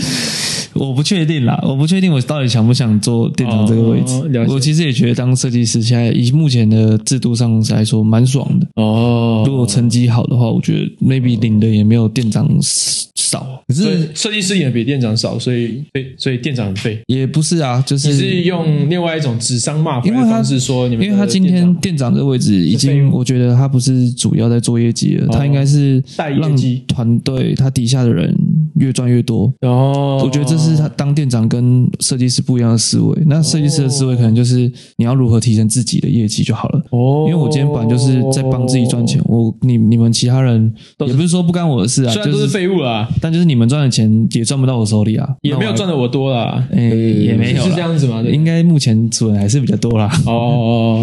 Speaker 2: 我不确定啦，我不确定我到底想不想做店长这个位置
Speaker 3: 哦了。解
Speaker 2: 我其实也觉得当设计师现在以目前的制度上来说蛮爽的。
Speaker 3: 哦
Speaker 2: 如果成绩好的话，我觉得 maybe 领的也没有店长少，
Speaker 1: 可
Speaker 3: 所
Speaker 1: 是
Speaker 3: 以设计师也比店长少，所以所以所以店长很废。
Speaker 2: 也不是啊，就
Speaker 3: 你
Speaker 2: 是
Speaker 3: 是用另外一种指桑骂槐
Speaker 2: 因为
Speaker 3: 的
Speaker 2: 他
Speaker 3: 方式说你们的
Speaker 2: 因为他今
Speaker 3: 店
Speaker 2: 天
Speaker 3: 长
Speaker 2: 店长这个位置已
Speaker 3: 是废
Speaker 2: 经，
Speaker 3: 物
Speaker 2: 我觉得他不是主要在做业绩了，
Speaker 3: 哦
Speaker 2: 他应该是
Speaker 3: 带业
Speaker 2: 让
Speaker 3: 绩
Speaker 2: 团队他底下的人越赚越多。
Speaker 3: 哦，
Speaker 2: 我觉得这是他当店长跟设计师不一样的思维。那设计师的思维可能就是你要如何提升自己的业绩就好了。
Speaker 3: 哦，
Speaker 2: 因为我今天本来就是在帮自己赚钱，我你你们其他人也不是说不干我的事啊，
Speaker 3: 虽然
Speaker 2: 就
Speaker 3: 都是
Speaker 2: 是
Speaker 3: 废物啦，
Speaker 2: 但就是你们赚的钱也赚不到我手里啊，
Speaker 3: 也没有赚的我多啦，
Speaker 2: 那我，诶也没有
Speaker 3: 是
Speaker 2: 啦
Speaker 3: 这样子吗？对
Speaker 2: 应该目前主人还是比较多 啦。
Speaker 3: 哦哦，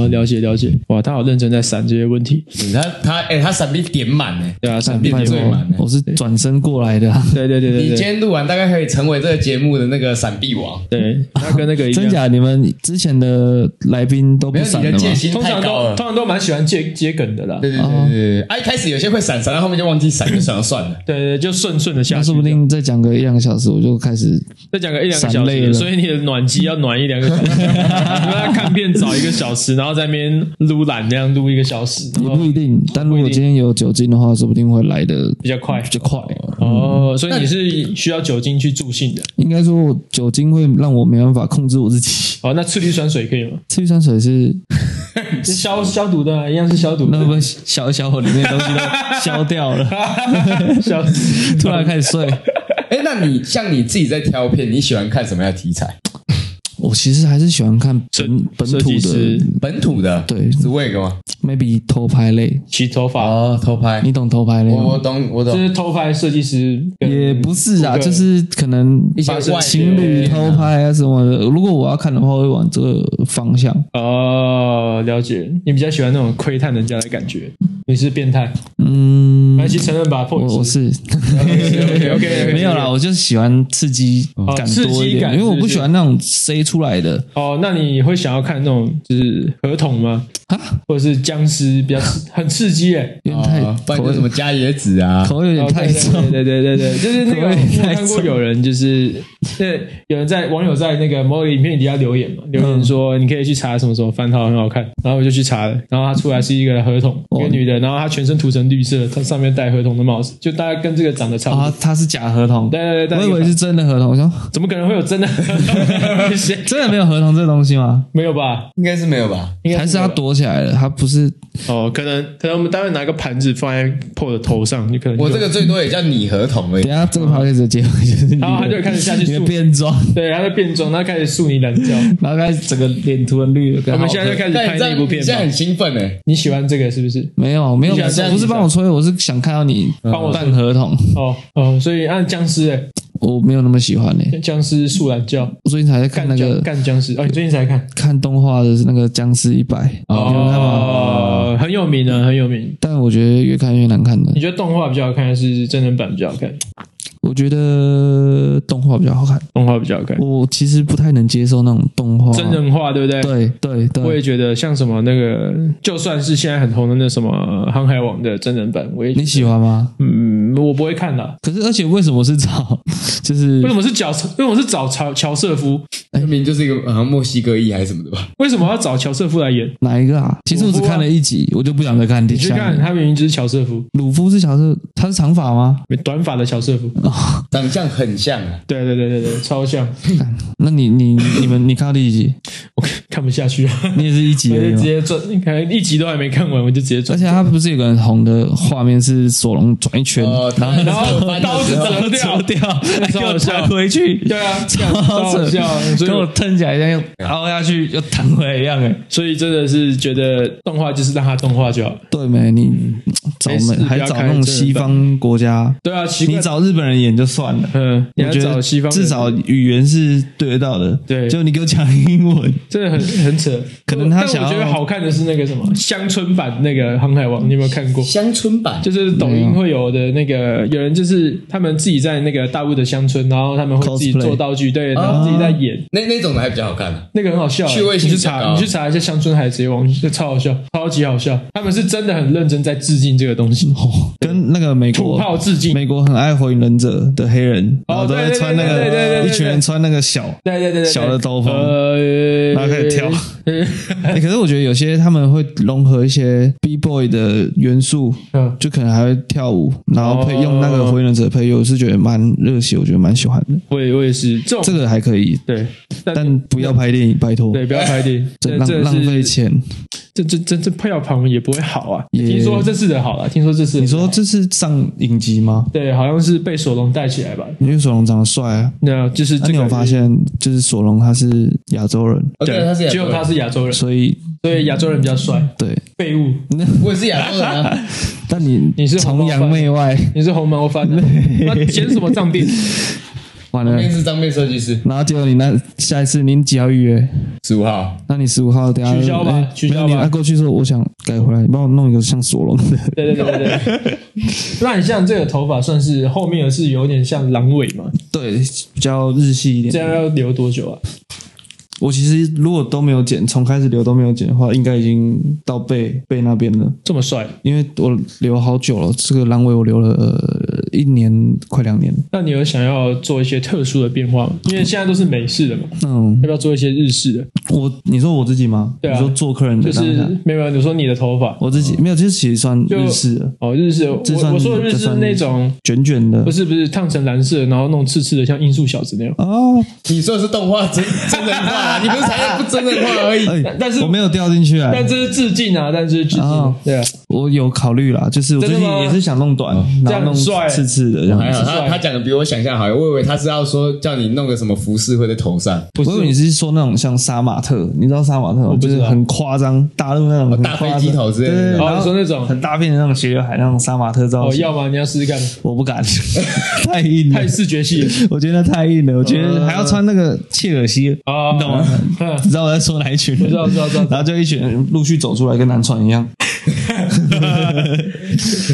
Speaker 3: 哦了解了解，哇，他好认真在闪这些问题，
Speaker 1: 他他哎，他闪避点满呢。
Speaker 3: 对啊，闪避
Speaker 1: 变
Speaker 2: 拜
Speaker 1: 最
Speaker 2: 托
Speaker 1: 满的
Speaker 2: 我是转身过来的啊、
Speaker 3: 对对对
Speaker 1: 你
Speaker 3: 对
Speaker 1: 今
Speaker 3: 对，
Speaker 1: 天录完，大概可以成为这个节目的那个闪避王。
Speaker 3: 对，他跟那个一
Speaker 2: 真
Speaker 3: 样，
Speaker 2: 假？你们之前的来宾都
Speaker 1: 没
Speaker 2: 不
Speaker 1: 有
Speaker 2: 闪
Speaker 1: 你
Speaker 2: 的
Speaker 1: 的
Speaker 2: 吗？
Speaker 1: 戒心
Speaker 3: 通
Speaker 1: 太
Speaker 3: 常
Speaker 1: 高
Speaker 3: 都
Speaker 1: 了
Speaker 3: 通。常都蛮喜欢接接梗的啦，
Speaker 1: 对
Speaker 3: 对
Speaker 1: 对对对对，啊，一开始有些会闪，闪到后面就忘记闪，就想要算 了。
Speaker 3: 对，就顺顺的下
Speaker 2: 那
Speaker 3: 去，
Speaker 2: 说不定再讲个一两个小时，我就开始
Speaker 3: 再讲个一两个
Speaker 2: 闪
Speaker 3: 小
Speaker 2: 累了
Speaker 3: 时，所以你的暖机要暖一两个小 时，你要看片找一个小时，然后在那边撸懒那样撸一个小时，然
Speaker 2: 也
Speaker 3: 后
Speaker 2: 不一定。但如果今天有酒精的话，说不定会来的
Speaker 3: 比较快
Speaker 2: 比。较快。
Speaker 3: 哦，所以你是需要酒精去助兴的。
Speaker 2: 应该说，我酒精会让我没办法控制我自己。
Speaker 3: 哦，那次氯酸水可以吗？
Speaker 2: 次氯酸水是
Speaker 3: 是消消毒的啊，一样是消毒
Speaker 2: 那会，
Speaker 3: 的
Speaker 2: 不会小小火里面的东西都消掉了，
Speaker 3: 消
Speaker 2: 突然开始睡？
Speaker 1: 哎，那你像你自己在挑片，你喜欢看什么样的题材？
Speaker 2: 我其实还是喜欢看本本
Speaker 3: 设
Speaker 2: 土
Speaker 3: 计师
Speaker 2: 的
Speaker 1: 本土的，
Speaker 2: 对
Speaker 1: 是 w a 吗？
Speaker 2: ，maybe 偷拍类，
Speaker 3: 洗头发，
Speaker 2: 啊
Speaker 1: 哦，偷拍
Speaker 2: 你，懂偷拍类
Speaker 1: 我我
Speaker 2: 吗？
Speaker 1: 懂，我
Speaker 3: 这
Speaker 1: 懂。
Speaker 3: 是偷拍设计师跟
Speaker 2: 也不是啊，
Speaker 3: 顾客
Speaker 2: 就是可能
Speaker 1: 一些外
Speaker 2: 情侣偷拍啊什么的。如果我要看的话，会往这个方向。
Speaker 3: 哦，了解。你比较喜欢那种窥探人家的感觉，你是变态。
Speaker 2: 嗯，
Speaker 3: 来，去承认吧，破
Speaker 2: 我我 是
Speaker 3: OK OK
Speaker 2: 没有啦，。我就是喜欢刺激感多一
Speaker 3: 哦刺激感
Speaker 2: 点，因为我
Speaker 3: 是不
Speaker 2: 不
Speaker 3: 是
Speaker 2: 喜欢那种塞出来的
Speaker 3: 哦，那你会想要看那种就是合同吗？
Speaker 2: 啊，
Speaker 3: 或者是僵尸比较刺很刺激诶、
Speaker 2: 有点
Speaker 1: 哦不
Speaker 2: 太
Speaker 1: 然
Speaker 2: 口
Speaker 1: 就什么
Speaker 2: 味
Speaker 1: 加椰子啊，
Speaker 2: 口味有
Speaker 3: 欸。
Speaker 2: 点 太重。
Speaker 3: 对对对对对，对就是那个
Speaker 2: 口味
Speaker 3: 我
Speaker 2: 太
Speaker 3: 看过
Speaker 2: 重
Speaker 3: 有人 就是，对，有人在网友在那个某个影片底下留言嘛，
Speaker 2: 嗯
Speaker 3: 留言说你可以去查什么什么番号很好看，然后我就去查了，然后他出来是一个合同，一
Speaker 2: 哇
Speaker 3: 个女的的，然后他全身涂成绿色，他上面戴合同的帽子，就大概跟这个长得差不多。
Speaker 2: 啊，它是假合同，
Speaker 3: 对对对对，
Speaker 2: 我以为是真的合同，我想
Speaker 3: 怎么可能会有 真的？ 谁
Speaker 2: 真的没有合同这东西吗？
Speaker 3: 没有吧？
Speaker 1: 应该是没有吧？
Speaker 3: 应该
Speaker 2: 还是
Speaker 3: 没有
Speaker 2: 他躲起来了？他不是
Speaker 3: 哦，可能可能我们待会拿个盘子放在 PO 的头上，你可能就
Speaker 1: 我这个最多也叫拟合同而已
Speaker 2: 等。一下这个 p o d 的结尾就是你的
Speaker 3: 然后他哦就开始下去
Speaker 2: 你的
Speaker 3: 数
Speaker 2: 变装，
Speaker 3: 对，然后就变装，然后开始树你 懒觉。
Speaker 2: 然后开始整个脸涂成绿的。
Speaker 3: 我们现在就开始
Speaker 1: 但
Speaker 3: 拍
Speaker 1: 你这
Speaker 3: 那
Speaker 1: 样，
Speaker 3: 部
Speaker 1: 哦你
Speaker 3: 片
Speaker 1: 现在很
Speaker 3: 吧。
Speaker 1: 兴奋哎！
Speaker 3: 你喜欢这个是不是？
Speaker 2: 没有没有，
Speaker 3: 你想
Speaker 2: 不是
Speaker 3: 这样
Speaker 2: 不是帮我催，我是想看到你
Speaker 3: 帮我催
Speaker 2: 办合同，
Speaker 3: 哦哦，所以按僵尸哎，
Speaker 2: 我没有那么喜欢呢。欸
Speaker 3: 僵尸树懒觉，
Speaker 2: 我最近才在看
Speaker 3: 干
Speaker 2: 那
Speaker 3: 僵
Speaker 2: 个
Speaker 3: 干僵尸。哦，你最近才看？
Speaker 2: 看动画的那个《僵尸一百》，你有看吗？
Speaker 3: 哦，很有名啊，很有名。
Speaker 2: 但我觉得越看越难看了
Speaker 3: 你。觉得动画比较好看，还是真人版比较好看？
Speaker 2: 我觉得动画比较好看，
Speaker 3: 动画比较好看，
Speaker 2: 我其实不太能接受那种动画
Speaker 3: 真。人化对不对？
Speaker 2: 对对
Speaker 3: 我也
Speaker 2: 对，
Speaker 3: 觉得像什么那个，就算是现在很红的那什么《航海王》的真人版，我也
Speaker 2: 你喜欢吗？
Speaker 3: 嗯，我不会看的、
Speaker 2: 可是而且为什么是找？ 就是
Speaker 3: 为什么是找？为什么是找乔乔瑟夫？
Speaker 1: 明明就是一个好像墨西哥裔还是什么的 吧？
Speaker 3: 为什么要找乔瑟夫来演？
Speaker 2: 哪一个啊？其实我只看了一集，我就不想再看第
Speaker 3: 你去
Speaker 2: 下
Speaker 3: 看，
Speaker 2: 面。
Speaker 3: 他明明就是乔瑟夫，
Speaker 2: 鲁夫是小时他是长发吗？
Speaker 3: 短发的乔瑟夫。
Speaker 1: 长相很像啊，
Speaker 3: 对对对对对，超像，
Speaker 2: 那你你你们你看到第 几集？
Speaker 3: 我看看不下去了，
Speaker 2: 你 也是一集
Speaker 3: 我
Speaker 2: 而已
Speaker 3: 就直
Speaker 2: 吗。
Speaker 3: 接转，可能一集都还没看完，我就直接
Speaker 2: 而
Speaker 3: 转。
Speaker 2: 且他不是有个很红的画面是索隆转一圈，
Speaker 1: 哦
Speaker 2: 然后
Speaker 1: 他
Speaker 3: 然后
Speaker 1: 然后
Speaker 3: 刀子 折掉
Speaker 2: 折，掉，
Speaker 3: 超好
Speaker 2: 又
Speaker 3: 笑
Speaker 2: 弹回去，
Speaker 3: 对啊，
Speaker 2: 超
Speaker 3: 超好
Speaker 2: 扯
Speaker 3: 笑。 所以
Speaker 2: 跟我啊
Speaker 3: 我
Speaker 2: 腾起来一样，又凹下去又弹回来一样哎。
Speaker 3: 所以真的是觉得动画就是让它动画就好了。
Speaker 2: 对没？ 你找
Speaker 3: 没事
Speaker 2: 美
Speaker 3: 不要
Speaker 2: 还找
Speaker 3: 开
Speaker 2: 那种
Speaker 3: 这个
Speaker 2: 西
Speaker 3: 吧
Speaker 2: 方国家，
Speaker 3: 对啊，奇怪
Speaker 2: 你，找日本人演就算了。
Speaker 3: 嗯，你
Speaker 2: 我
Speaker 3: 要
Speaker 2: 觉
Speaker 3: 找
Speaker 2: 得
Speaker 3: 西方人
Speaker 2: 至少语言是对得到的，
Speaker 3: 对
Speaker 2: 就你给我讲英文，
Speaker 3: 真的很很扯。
Speaker 2: 可能他
Speaker 3: 但
Speaker 2: 想
Speaker 3: 我
Speaker 2: 要
Speaker 3: 觉得好看的是那个什么乡村版那个《航海王》，你有没有看过？
Speaker 1: 乡村版
Speaker 3: 就是抖音会有的那个，有人就是他们自己在那个大陆的乡村，然后他们会自己
Speaker 2: Cosplay
Speaker 3: 做道具，对，然后自己在演，
Speaker 1: 那那种的还比较好看啊。
Speaker 3: 那个很好笑、
Speaker 1: 趣味性
Speaker 3: 你去
Speaker 1: 比较
Speaker 3: 查，
Speaker 1: 高
Speaker 3: 你去查一下《乡村海贼王》，就超好笑，超级好笑。他们是真的很认真在致敬这个东西，
Speaker 2: 哦，跟那个美
Speaker 3: 土
Speaker 2: 国
Speaker 3: 炮致敬。
Speaker 2: 美国很爱火影忍者的黑人，然后都会
Speaker 3: 对对
Speaker 2: 穿那
Speaker 3: 对对对对
Speaker 2: 个
Speaker 3: 对
Speaker 2: 一群人穿那个小，
Speaker 3: 对对对对，对
Speaker 2: 小的兜风
Speaker 3: 呃，
Speaker 2: 然后开始跳
Speaker 3: 嗯。
Speaker 2: 欸可是我觉得有些他们会融合一些 B boy 的元素，
Speaker 3: 嗯，
Speaker 2: 就可能还会跳舞，然后配
Speaker 3: 哦
Speaker 2: 用那个火影忍者的配乐，我是觉得蛮热血，我觉得蛮喜欢的，
Speaker 3: 我也我也是这种
Speaker 2: 这个还可以，
Speaker 3: 对，
Speaker 2: 但不要拍电影，拜托，
Speaker 3: 对不要拍电影，
Speaker 2: 这
Speaker 3: 这
Speaker 2: 浪
Speaker 3: 这
Speaker 2: 浪费
Speaker 3: 是
Speaker 2: 钱。
Speaker 3: 这这这这票房也不会好啊。
Speaker 2: 也
Speaker 3: 听说这次的好了，听说这次的
Speaker 2: 你说
Speaker 3: 好
Speaker 2: 这是上影集吗？
Speaker 3: 对，好像是被索隆带起来吧？
Speaker 2: 因为索隆长得帅啊，
Speaker 3: 那就是
Speaker 2: 那
Speaker 3: 这
Speaker 2: 你
Speaker 3: 个
Speaker 2: 有发现，就是索隆他是亚洲人，
Speaker 1: 哦，对，他是亚
Speaker 3: 只有
Speaker 1: 洲
Speaker 3: 他
Speaker 1: 人，
Speaker 3: 是亚洲人，
Speaker 2: 所以
Speaker 3: 所以亚洲人比较帅。
Speaker 2: 对。
Speaker 3: 废物，
Speaker 1: 我也是亚洲人 啊。
Speaker 2: 但你
Speaker 3: 你是
Speaker 2: 崇洋媚外，
Speaker 3: 你是红毛 番、啊，那剪什么脏辫？
Speaker 2: 完
Speaker 1: 那
Speaker 2: 了。
Speaker 1: 边是张面设计师，
Speaker 2: 然后结果你那下一次你几号预约？
Speaker 1: 十五号。
Speaker 2: 那你十五号等下
Speaker 3: 取消吧
Speaker 2: 哎
Speaker 3: 取消吧
Speaker 2: 没有你按过去说我想改回来，你帮我弄一个像索隆的。
Speaker 3: 对对对对 对。那你像这个头发，算是后面是有点像狼尾嘛？
Speaker 2: 对，比较日系一
Speaker 3: 这
Speaker 2: 点。
Speaker 3: 样要留多久啊？
Speaker 2: 我其实如果都没有剪，从开始留都没有剪的话，应该已经到背背那边了。
Speaker 3: 这么帅，
Speaker 2: 因为我留好久了，这个阑尾我留了、呃、一年快两年了。
Speaker 3: 那你有想要做一些特殊的变化吗？因为现在都是美式的嘛，
Speaker 2: 嗯
Speaker 3: 要，不要做一些日式的？
Speaker 2: 我你说我自己吗？
Speaker 3: 对啊
Speaker 2: 你说做客人的
Speaker 3: 就
Speaker 2: 当
Speaker 3: 是
Speaker 2: 下，
Speaker 3: 没有，你说你的头发
Speaker 2: 我自己没有，这其实算
Speaker 3: 就
Speaker 2: 日式的，
Speaker 3: 哦，日式，我
Speaker 2: 这算
Speaker 3: 我说的日
Speaker 2: 这
Speaker 3: 式
Speaker 2: 算
Speaker 3: 那种，
Speaker 2: 卷卷的
Speaker 3: 不。是不是烫成蓝色，然后弄刺刺的，像音速小子那样。
Speaker 2: 哦，
Speaker 1: 你说的是动画真真人化啊，你不是才不真人化而已。
Speaker 2: 哎、
Speaker 3: 但但是
Speaker 2: 我没有掉进去啊，
Speaker 3: 但这是致敬啊，但这是致敬，
Speaker 2: 哦
Speaker 3: 对啊，
Speaker 2: 我有考虑啦，就是我
Speaker 3: 真
Speaker 2: 最
Speaker 3: 的
Speaker 2: 近
Speaker 3: 吗哦
Speaker 2: 也是想弄短，
Speaker 3: 这
Speaker 2: 然
Speaker 3: 样
Speaker 2: 后弄
Speaker 3: 很帅
Speaker 2: 刺刺的这样
Speaker 1: 还
Speaker 2: 子。
Speaker 1: 好他他讲的比我想象好，我以为他是要说叫你弄个什么服饰会在头上，
Speaker 3: 不
Speaker 2: 我以为你是说那种像杀马特，你知道杀马特吗？
Speaker 3: 不
Speaker 2: 就
Speaker 3: 知道
Speaker 2: 是很夸张，大陆那种很
Speaker 1: 大
Speaker 2: 夸
Speaker 1: 飞
Speaker 2: 张
Speaker 1: 机头之类的
Speaker 2: 对对对
Speaker 3: 哦
Speaker 2: 然后
Speaker 3: 你说那种
Speaker 2: 很大片的那种斜刘海，那种杀马特造
Speaker 3: 哦，
Speaker 2: 型，
Speaker 3: 要吗？你要试试看，
Speaker 2: 我不敢， 太硬了
Speaker 3: 太。呃视觉系了
Speaker 2: 我觉得太硬了，我觉得还要穿那个切尔西，
Speaker 3: 啊，
Speaker 2: 你懂吗？
Speaker 3: 嗯
Speaker 2: 你知道我在说哪一群人？
Speaker 3: 知道知道知道
Speaker 2: 然后就一群人陆续走出来，跟南川一样。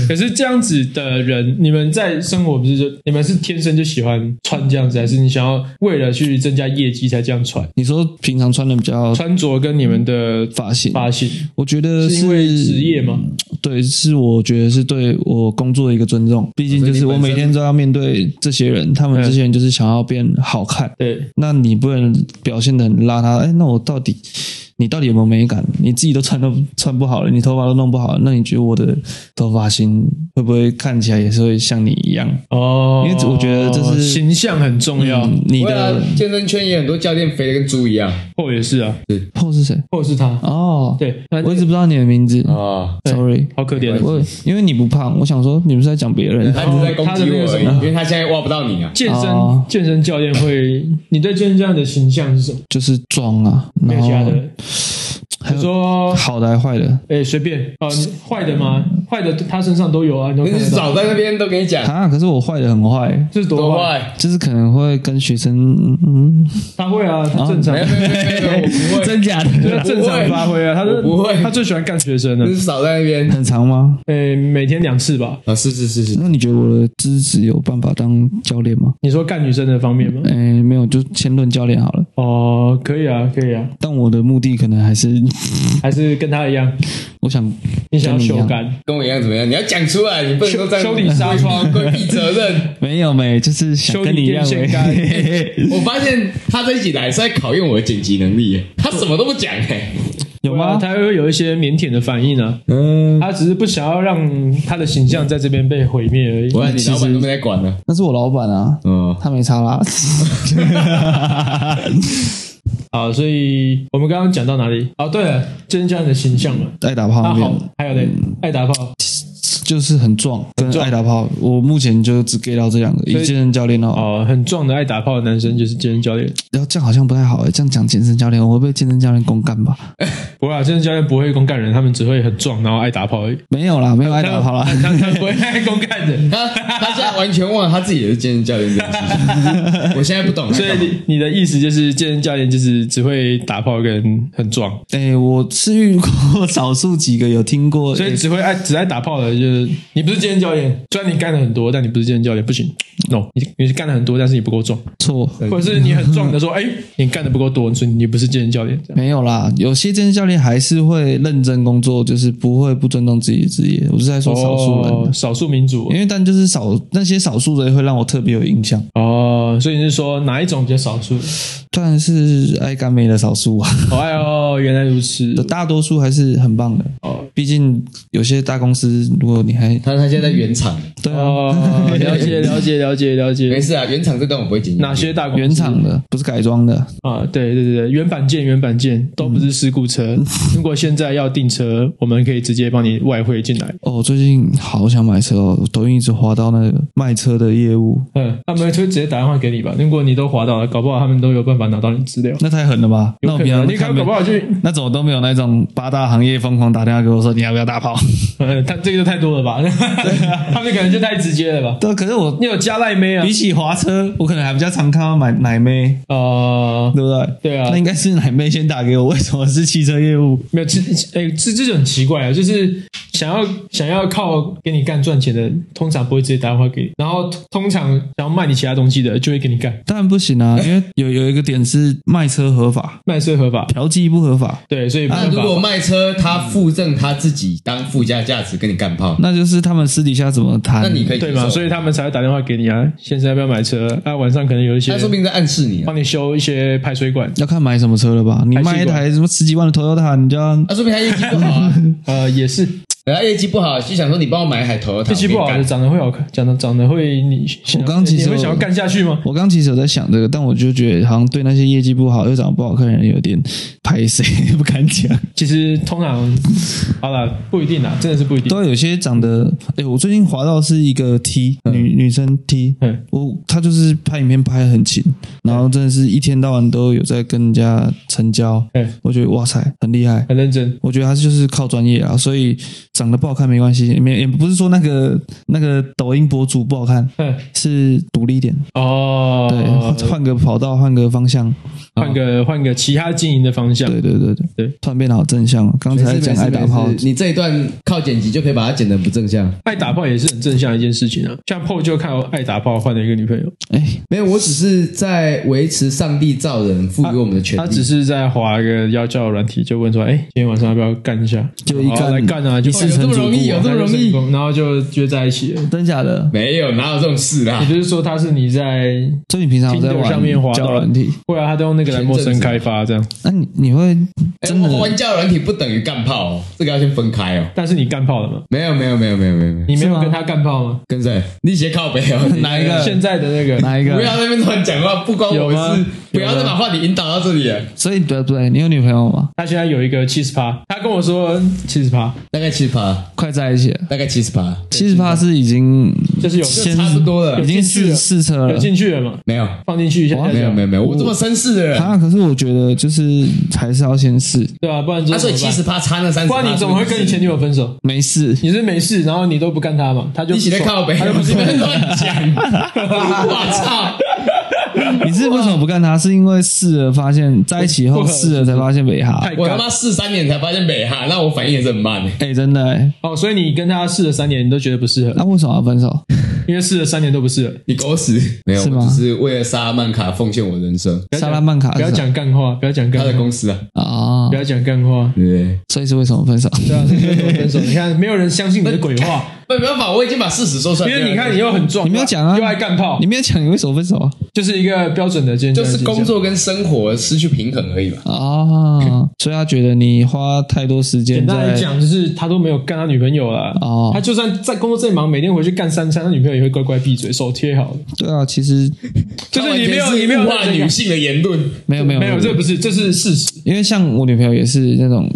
Speaker 3: 可是这样子的人，你们在生活不是就你们是天生就喜欢穿这样子，还是你想要为了去增加业绩才这样穿？
Speaker 2: 你说平常穿的比较
Speaker 3: 穿着跟你们的
Speaker 2: 发型，
Speaker 3: 发型
Speaker 2: 我觉得
Speaker 3: 是因为职业吗？
Speaker 2: 对，是我觉得是对我工作的一个尊重。毕竟
Speaker 3: 哦
Speaker 2: 就是我每天都要面对这些人，他们这些人就是想要变好看，
Speaker 3: 对，
Speaker 2: 那你不能表现的很邋遢。哎，那我到底？你到底有没有美感？你自己都穿都穿不好了，你头发都弄不好了，那你觉得我的头发型会不会看起来也是会像你一样？
Speaker 3: 哦，
Speaker 2: 因为我觉得这是
Speaker 3: 形象很重要。
Speaker 2: 嗯你
Speaker 1: 对啊
Speaker 2: 的，
Speaker 1: 健身圈也很多教练肥的跟猪一样
Speaker 3: 后也是啊，
Speaker 2: 后是谁？
Speaker 3: 后是他，
Speaker 2: 哦，
Speaker 3: 对，那
Speaker 2: 我一直不知道你的名字
Speaker 1: 啊，
Speaker 2: ，sorry。
Speaker 3: 好可怜。
Speaker 2: 我因为你不胖，我想说你们是在讲别人。
Speaker 1: 他只是在攻击我而已，
Speaker 3: 他的那个什么
Speaker 1: 因为他现在挖不到你啊。
Speaker 3: 健身、
Speaker 2: 哦
Speaker 3: 健身教练会，你对健身教练的形象是什么？
Speaker 2: 就是装啊，
Speaker 3: 没
Speaker 2: 然
Speaker 3: 有其他
Speaker 2: 后
Speaker 3: 的，
Speaker 2: 还
Speaker 3: 你
Speaker 2: 有
Speaker 3: 说
Speaker 2: 好的还坏的
Speaker 3: 哎、随便啊，你坏的吗？坏的他身上都有啊，你都
Speaker 1: 那
Speaker 3: 看
Speaker 1: 是
Speaker 3: 得到。
Speaker 1: 早在那边都跟你讲
Speaker 2: 啊，可是我坏的很坏，
Speaker 3: 这是多
Speaker 1: 多
Speaker 3: 坏？
Speaker 1: 坏，
Speaker 2: 就是可能会跟学生，嗯嗯，
Speaker 3: 他会啊，他正常
Speaker 1: 没有，没有没有没有，我不会，
Speaker 2: 真假
Speaker 3: 就是
Speaker 2: 的，
Speaker 3: 他正常发挥啊。他
Speaker 1: 我不会
Speaker 3: 他最喜欢干学生了
Speaker 1: 那。是少在那边
Speaker 2: 很长吗？
Speaker 3: 哎、每天两次吧。
Speaker 1: 啊，是是是是，
Speaker 2: 那你觉得我的资质有办法当教练吗？
Speaker 3: 你说干女生的方面吗？
Speaker 2: 哎，没有，就先论教练好了。
Speaker 3: 哦，可以啊，可以啊，
Speaker 2: 但我的目的可能还是，
Speaker 3: 还是跟他一样，
Speaker 2: 我想
Speaker 3: 你想要
Speaker 2: 跟你一
Speaker 3: 修
Speaker 2: 样
Speaker 3: 干，
Speaker 1: 跟我一样怎么样？你要讲出来，你不能
Speaker 3: 修
Speaker 1: 说在
Speaker 3: 修理纱窗，
Speaker 1: 规避责任。
Speaker 2: 没有没，就是想
Speaker 3: 修
Speaker 2: 跟你
Speaker 3: 理
Speaker 2: 一样
Speaker 3: 电线杆。
Speaker 2: 没。
Speaker 1: 我发现他这一集来是在考验我的剪辑能力耶，他什么都不讲哎。
Speaker 2: 有
Speaker 3: 对啊
Speaker 2: 吗？
Speaker 3: 他会有一些腼腆的反应啊，
Speaker 1: 嗯，
Speaker 3: 他只是不想要让他的形象在这边被毁灭而已。
Speaker 1: 我看你老板都没在管呢。
Speaker 2: 那是我老板啊，
Speaker 1: 嗯，
Speaker 2: 他没差啦。
Speaker 3: 啊，所以我们刚刚讲到哪里？哦，对了，健身教练的形象嘛，
Speaker 2: 爱打
Speaker 3: 他
Speaker 2: 炮那
Speaker 3: 好
Speaker 2: 边，
Speaker 3: 还有嘞，
Speaker 1: 嗯
Speaker 3: 爱打炮，
Speaker 2: 就是很壮，跟爱打炮。我目前就只 get 到这两个。以
Speaker 3: 所以
Speaker 2: 健身教练哦，
Speaker 3: 哦，很壮的爱打炮的男生就是健身教练。
Speaker 2: 然后这样好像不太好欸诶，这样讲健身教练，我会被健身教练公干吧？
Speaker 3: 不会啊，健身教练不会公干人，他们只会很壮，然后爱打炮而已。
Speaker 2: 没有啦，没有爱打炮啦。
Speaker 3: 他们不会爱公干人。
Speaker 1: 他他现在完全忘了他自己也是健身教练这件事 情。我现在不懂他
Speaker 3: 所以
Speaker 1: 干嘛，
Speaker 3: 你你的意思就是，健身教练就是只会打炮跟很壮，
Speaker 2: 哎，我是遇过 少数几个有听过，
Speaker 3: 所以
Speaker 2: 诶
Speaker 3: 只会爱只爱打炮的，就是你不是健身教练。虽然你干了很多，但你不是健身教练，不行。No，你你是干了很多，但是你不够壮，
Speaker 2: 错。
Speaker 3: 或者是你很壮的说，哎，你干的不够多，所以你不是健身教练。这样
Speaker 2: 没有啦，有些健身教练还是会认真工作，就是不会不尊重自己的职业。我是在说少数人，
Speaker 3: 哦少数民族
Speaker 2: 因为但就是少那些少数人会让我特别有印象，
Speaker 3: 哦，所以你是说哪一种比较少数？
Speaker 2: 但是爱干妹的少数啊，
Speaker 3: 哦哎呦，原来如此。
Speaker 2: 大多数还是很棒的。
Speaker 3: 哦
Speaker 2: 毕竟有些大公司，如果你还
Speaker 1: 他他现在在原厂，
Speaker 2: 对啊，
Speaker 3: 哦，了解了解了解了
Speaker 1: 没
Speaker 3: 解。
Speaker 1: 事啊，原厂这段我不会剪进去。
Speaker 3: 哪些大公司
Speaker 2: 原厂的不是改装的，
Speaker 3: 啊？对对对对，原版件原版件都不是事故 车。如果现在要订车，我们可以直接帮你外汇进来。
Speaker 2: 哦，我最近好想买车哦，抖音一直滑到那个卖车的业务，
Speaker 3: 嗯，他们就直接打电话给你吧。如果你都划到了，搞不好他们都有办法拿到你资料。
Speaker 2: 那太狠了吧？那
Speaker 3: 有
Speaker 2: 我
Speaker 3: 可
Speaker 2: 平
Speaker 3: 能啊
Speaker 2: 常
Speaker 3: 你
Speaker 2: 都看
Speaker 3: 看，
Speaker 2: 没
Speaker 3: 搞不好 就，
Speaker 2: 那怎么都没有那种八大行业疯狂打电话给我说你要不要大炮？
Speaker 3: 呃，他这个就太多了吧？ 他们可能就太直接了吧？
Speaker 2: 对，可是我
Speaker 3: 你有加赖妹 啊
Speaker 2: 比？起滑车，我可能还比较常看到买奶妹，
Speaker 3: 啊，
Speaker 2: 对不对？
Speaker 3: 对啊
Speaker 2: 那应该是奶妹先打给我，为什么是汽车业务？
Speaker 3: 没有，这哎，这这就很奇怪啊，就是想要想要靠给你干赚钱的，通常不会直接打电话给你，然后通常想要卖你其他东西的，就会给你干
Speaker 2: 当然不行 啊，因为有有一个点是卖车合法，
Speaker 3: 卖是合法，
Speaker 2: 嫖妓不合法，
Speaker 3: 对，所以没
Speaker 1: 那
Speaker 3: 办
Speaker 1: 如
Speaker 3: 法。
Speaker 1: 果卖车，他附赠他自己当附加价值跟你干炮，
Speaker 2: 那就是他们私底下怎么谈。
Speaker 1: 那你可以
Speaker 3: 嗯对
Speaker 1: 接
Speaker 3: 嘛，
Speaker 1: 受
Speaker 3: 所以他们才会打电话给你啊，先生要不要买车？啊，晚上可能有一些
Speaker 1: 他说不定在暗示你啊，
Speaker 3: 帮你修一些排水管，
Speaker 2: 要看买什么车了吧？你卖一台什么十几万的 Toyota，你就要
Speaker 1: 他说不定他业绩不好 啊，
Speaker 3: 呃，也是
Speaker 1: 然后业绩不好就想说你帮我买一海头，
Speaker 3: 这期不好的，长得会好看，长得长得会你，
Speaker 2: 我刚其实
Speaker 3: 你会想要干下去吗？
Speaker 2: 我刚其实有在想这个，但我就觉得好像对那些业绩不好又长得不好看的人有点拍谁 不 敢讲。
Speaker 3: 其实通常好了，不一定啦，真的是不一定。
Speaker 2: 都有些长得，哎、我最近滑到是一个 T 女女生 T，
Speaker 3: 嗯
Speaker 2: 我她就是拍影片拍得很勤，然后真的是一天到晚都有在跟人家成交，
Speaker 3: 嗯，
Speaker 2: 我觉得哇塞，很厉害。
Speaker 3: 很认真。
Speaker 2: 我觉得她就是靠专业啊，所以长得不好看没关系，没也不是说那个那个抖音博主不好看，
Speaker 3: 嗯，
Speaker 2: 是独立一点，
Speaker 3: 哦，
Speaker 2: 对，换换个跑道，换个方向，
Speaker 3: 换个换个其他经营的方向。
Speaker 2: 对对对对
Speaker 3: 对，
Speaker 2: 突然变得好正向了。刚才在讲爱打
Speaker 1: 没
Speaker 2: 炮
Speaker 1: 事没，事你这一段靠剪辑就可以把它剪得不正向。
Speaker 3: 爱打炮也是很正向的一件事情啊，像 PO 就看我爱打炮换了一个女朋友，
Speaker 2: 哎，
Speaker 1: 没有，我只是在维持上帝造人赋予我们的权
Speaker 3: 他
Speaker 1: 利
Speaker 3: 只。是在划一个要叫软体，就问说，哎、今天晚上要不要干一下？
Speaker 2: 就一
Speaker 3: 好
Speaker 2: 干
Speaker 3: 来干啊，就
Speaker 2: 一次成主顾
Speaker 1: 有这么容易有这么容
Speaker 3: 然后就约在一起了。
Speaker 2: 真假的？
Speaker 1: 没有，哪有这种事啦
Speaker 3: 哎也？就是说，他是你在，
Speaker 2: 所以你平常有在
Speaker 3: Tinder 上面滑
Speaker 2: 玩
Speaker 3: 到
Speaker 2: 交友软体，
Speaker 3: 后来他都用那那个来陌生开发这样。
Speaker 2: 那你你会
Speaker 1: 哎，
Speaker 2: 真的
Speaker 1: 我玩教软体不等于干炮哦，这个要先分开哦。
Speaker 3: 但是你干炮了吗？
Speaker 1: 没有没有没有没有没有没有，
Speaker 3: 你没
Speaker 2: 是
Speaker 3: 有
Speaker 2: 吗
Speaker 3: 跟他干炮吗？
Speaker 1: 跟谁？你斜靠北哦，你
Speaker 2: 哪 一个
Speaker 3: 现在的那个
Speaker 2: 哪一
Speaker 1: 不
Speaker 2: 个？
Speaker 1: 要在那边乱讲话，不关
Speaker 3: 有
Speaker 1: 我
Speaker 3: 吗
Speaker 1: 事。不要再把话题引导到这里了，
Speaker 2: 所以对不对？你有女朋友吗？
Speaker 3: 他现在有一个七十趴，他跟我说七十趴，
Speaker 1: 大概七十趴，
Speaker 2: 快在一起了，
Speaker 1: 大概七十趴，
Speaker 2: 七十八是已经
Speaker 3: 就是有
Speaker 1: 就差不多了
Speaker 2: 已。经
Speaker 3: 有进去
Speaker 2: 试
Speaker 3: 了
Speaker 2: 试车
Speaker 3: 有
Speaker 2: 了。
Speaker 3: 进去了嘛？
Speaker 1: 没有
Speaker 3: 放进去一下，
Speaker 2: 哇
Speaker 1: 没有没有没有，我
Speaker 2: 我
Speaker 1: 这么绅士的人，
Speaker 2: 啊，可是我觉得就是还是要先试，
Speaker 3: 对啊，不然
Speaker 1: 他
Speaker 3: 这
Speaker 1: 所
Speaker 3: 怎
Speaker 1: 以
Speaker 3: 么
Speaker 1: 七十趴
Speaker 3: 办？
Speaker 1: 差那三十，
Speaker 3: 不然你怎么会跟你前女友分手？
Speaker 2: 没 事。
Speaker 3: 你是没事，然后你都不干他嘛？他就
Speaker 1: 一起在
Speaker 3: 不爽
Speaker 1: 靠北，
Speaker 3: 他就
Speaker 1: 我
Speaker 3: 不
Speaker 1: 这
Speaker 3: 是
Speaker 1: 边乱讲，我操！
Speaker 2: 你是为什么不干他？是因为试了发现在一起后
Speaker 3: 不合
Speaker 2: 试了才发现没哈？
Speaker 3: 太
Speaker 1: 我他
Speaker 3: 干
Speaker 1: 妈四三年才发现北哈，那我反应也是很慢。
Speaker 2: 哎、真的、欸，
Speaker 3: 哦，所以你跟他试了三年，你都觉得不适合
Speaker 2: 那、，为什么要分手？
Speaker 3: 因为试了三年都不适合。
Speaker 1: 你狗屎！没有，
Speaker 2: 是吗
Speaker 1: 我只是为了萨拉曼卡奉献我人生。
Speaker 3: 不要讲
Speaker 2: 萨拉曼卡是
Speaker 3: 不要讲干话，不要讲
Speaker 1: 他的
Speaker 3: 干话，
Speaker 1: 公司啊，
Speaker 2: 啊
Speaker 3: 不，要讲干话。
Speaker 1: 对不对？
Speaker 2: 所以是为什么分手？
Speaker 3: 对 啊，这就是我分手。你看，没有人相信你的鬼话，
Speaker 1: 没没办法，我已经把事实说出来。
Speaker 3: 因为你看你又很壮，
Speaker 2: 你没有讲啊
Speaker 3: 又爱干炮
Speaker 2: 你，没有讲你为什么分手啊？
Speaker 3: 就是一个标准的尖
Speaker 1: 就
Speaker 3: 叫
Speaker 1: 是工作跟生活失去平衡而已嘛。
Speaker 2: 啊，所以他觉得你花太多时
Speaker 3: 简
Speaker 2: 间
Speaker 3: 单来
Speaker 2: 在
Speaker 3: 讲，就是他都没有干他女朋友啦。
Speaker 2: 哦
Speaker 3: 他就算在工作再忙，每天回去干三餐，他女朋友也会乖乖闭嘴，手贴好。
Speaker 2: 对啊，其实
Speaker 3: 就是你没
Speaker 1: 他完全
Speaker 3: 有，
Speaker 1: 是
Speaker 3: 你没有
Speaker 1: 物化
Speaker 3: 认真
Speaker 1: 女
Speaker 3: 干
Speaker 1: 性的言论，
Speaker 2: 没有没有
Speaker 3: 没有，这不是，这是事实。
Speaker 2: 因为像我女朋友也是那种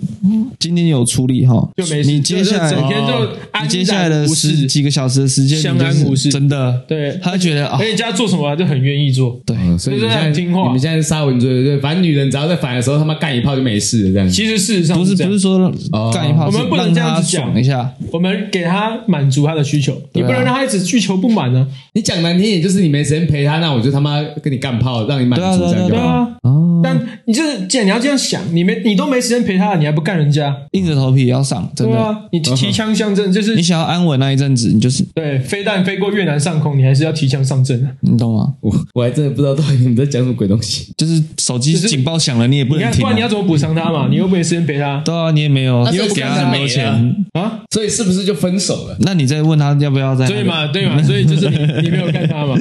Speaker 2: 今天有处理哈，
Speaker 3: 就没事
Speaker 2: 你接下来
Speaker 3: 就整天就
Speaker 2: 哦
Speaker 3: 安然
Speaker 2: 你接下来的
Speaker 3: 无事
Speaker 2: 十几个小时的时间，
Speaker 3: 相
Speaker 2: 你就是
Speaker 3: 安无事
Speaker 2: 真的，
Speaker 3: 对
Speaker 2: 他觉得啊
Speaker 3: 而，且家做什么啊就很愿意做。
Speaker 2: 对，
Speaker 1: 所
Speaker 3: 以你们现在就是很听话
Speaker 1: 你们现在是沙文追对，反正女人只要在反的时候他妈干一炮就没事了，这样
Speaker 3: 其实事实上
Speaker 2: 不是
Speaker 3: 这样
Speaker 2: 不是说
Speaker 1: 哦
Speaker 2: 干一炮，
Speaker 3: 我们
Speaker 2: 是
Speaker 3: 不能
Speaker 2: 让
Speaker 3: 这样
Speaker 2: 他
Speaker 3: 子讲
Speaker 2: 爽一下，
Speaker 3: 我们给他满足他的需求，你
Speaker 2: 对啊
Speaker 3: 不能让他一直需求不满啊呢。
Speaker 1: 你讲难听点，就是你没时间陪他，那我就他妈跟你干炮，让你满
Speaker 2: 对啊
Speaker 1: 足
Speaker 2: 对
Speaker 1: 这
Speaker 2: 啊
Speaker 1: 样就
Speaker 3: 对
Speaker 1: 好。
Speaker 3: 啊，
Speaker 2: 哦，
Speaker 3: 但你就是，既然你要这样想，你没你都没时间陪他，你还不干人家？
Speaker 2: 硬着头皮要上，真
Speaker 3: 对
Speaker 2: 的。嗯
Speaker 3: 啊，你提枪上阵就是
Speaker 2: 你想要安稳那一阵子，你就是
Speaker 3: 对，飞弹飞过越南上空，你还是要提枪上阵啊。
Speaker 2: 你懂吗？
Speaker 1: 我我还真的不知道到底你们在讲什么鬼东西。
Speaker 2: 就是手机
Speaker 3: 就是
Speaker 2: 警报响了，你也不
Speaker 3: 你
Speaker 2: 能
Speaker 3: 看，
Speaker 2: 停、
Speaker 3: 不
Speaker 2: 啊
Speaker 3: 然你。要怎么补偿他嘛？你又没时间陪他
Speaker 2: 对啊，你也没有，
Speaker 1: 那
Speaker 2: 你
Speaker 1: 所以
Speaker 2: 又给他
Speaker 1: 这样
Speaker 2: 很
Speaker 1: 就
Speaker 2: 多
Speaker 1: 没
Speaker 2: 钱，
Speaker 3: 啊？
Speaker 1: 所以是不是就分手了？
Speaker 2: 那你再问他要不要再，
Speaker 3: 对嘛，对嘛，所以就 是你你没有干他嘛。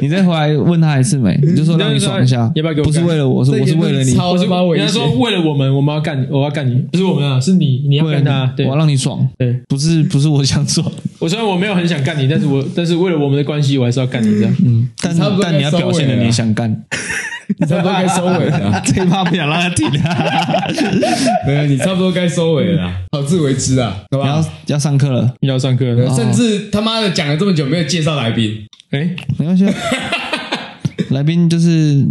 Speaker 2: 你再回来问他一次没？你就说让你爽一下，
Speaker 3: 哎要不要给我
Speaker 2: 不
Speaker 3: 干
Speaker 2: 是为了我，是哦我是为了你，
Speaker 1: 超他妈危
Speaker 3: 人
Speaker 1: 险
Speaker 3: 家！说为了我们，我们要干你，我要干你，不是我们啊，是你，你要
Speaker 2: 为了
Speaker 3: 干他。
Speaker 2: 你，
Speaker 3: 对
Speaker 2: 我要让你爽，
Speaker 3: 对，
Speaker 2: 不是不是我想爽，
Speaker 3: 我虽然我没有很想干你，但是我但是为了我们的关系，我还是要干你这样。
Speaker 2: 但
Speaker 1: 差不多
Speaker 2: 但你要
Speaker 1: 该收
Speaker 2: 表现的
Speaker 1: 尾了
Speaker 2: 你想干，
Speaker 1: 你差不多该收尾了啊、
Speaker 2: 这一趴不想让他停啊，
Speaker 1: 没有，你差不多该收尾了啊、 好自为之啊，好
Speaker 2: 你要
Speaker 1: 吧？
Speaker 2: 要上课了，
Speaker 3: 要上课了，
Speaker 1: 甚至他妈的讲了这么久没有介绍来宾，
Speaker 3: 哎，
Speaker 2: 没关系啊，来宾就是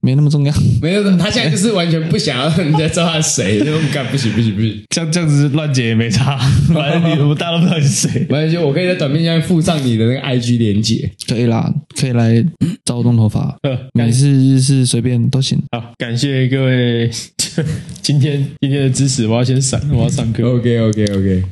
Speaker 2: 没那么重要，
Speaker 1: 没有，他现在就是完全不想要让人家知道他是谁，就不干，不行不行不行。
Speaker 2: 这样这样子乱剪也没 差，反正你我们大家都不知道你是谁，
Speaker 1: 没关系，我可以在短片下面附上你的那个 IG 连 接。
Speaker 2: 可以啦，可以来找我弄头发，
Speaker 3: 呃，感
Speaker 2: 美式日式随便都行。
Speaker 3: 好，感谢 各位今天今天的支持，我要先闪，我要上课。
Speaker 1: OK OK OK。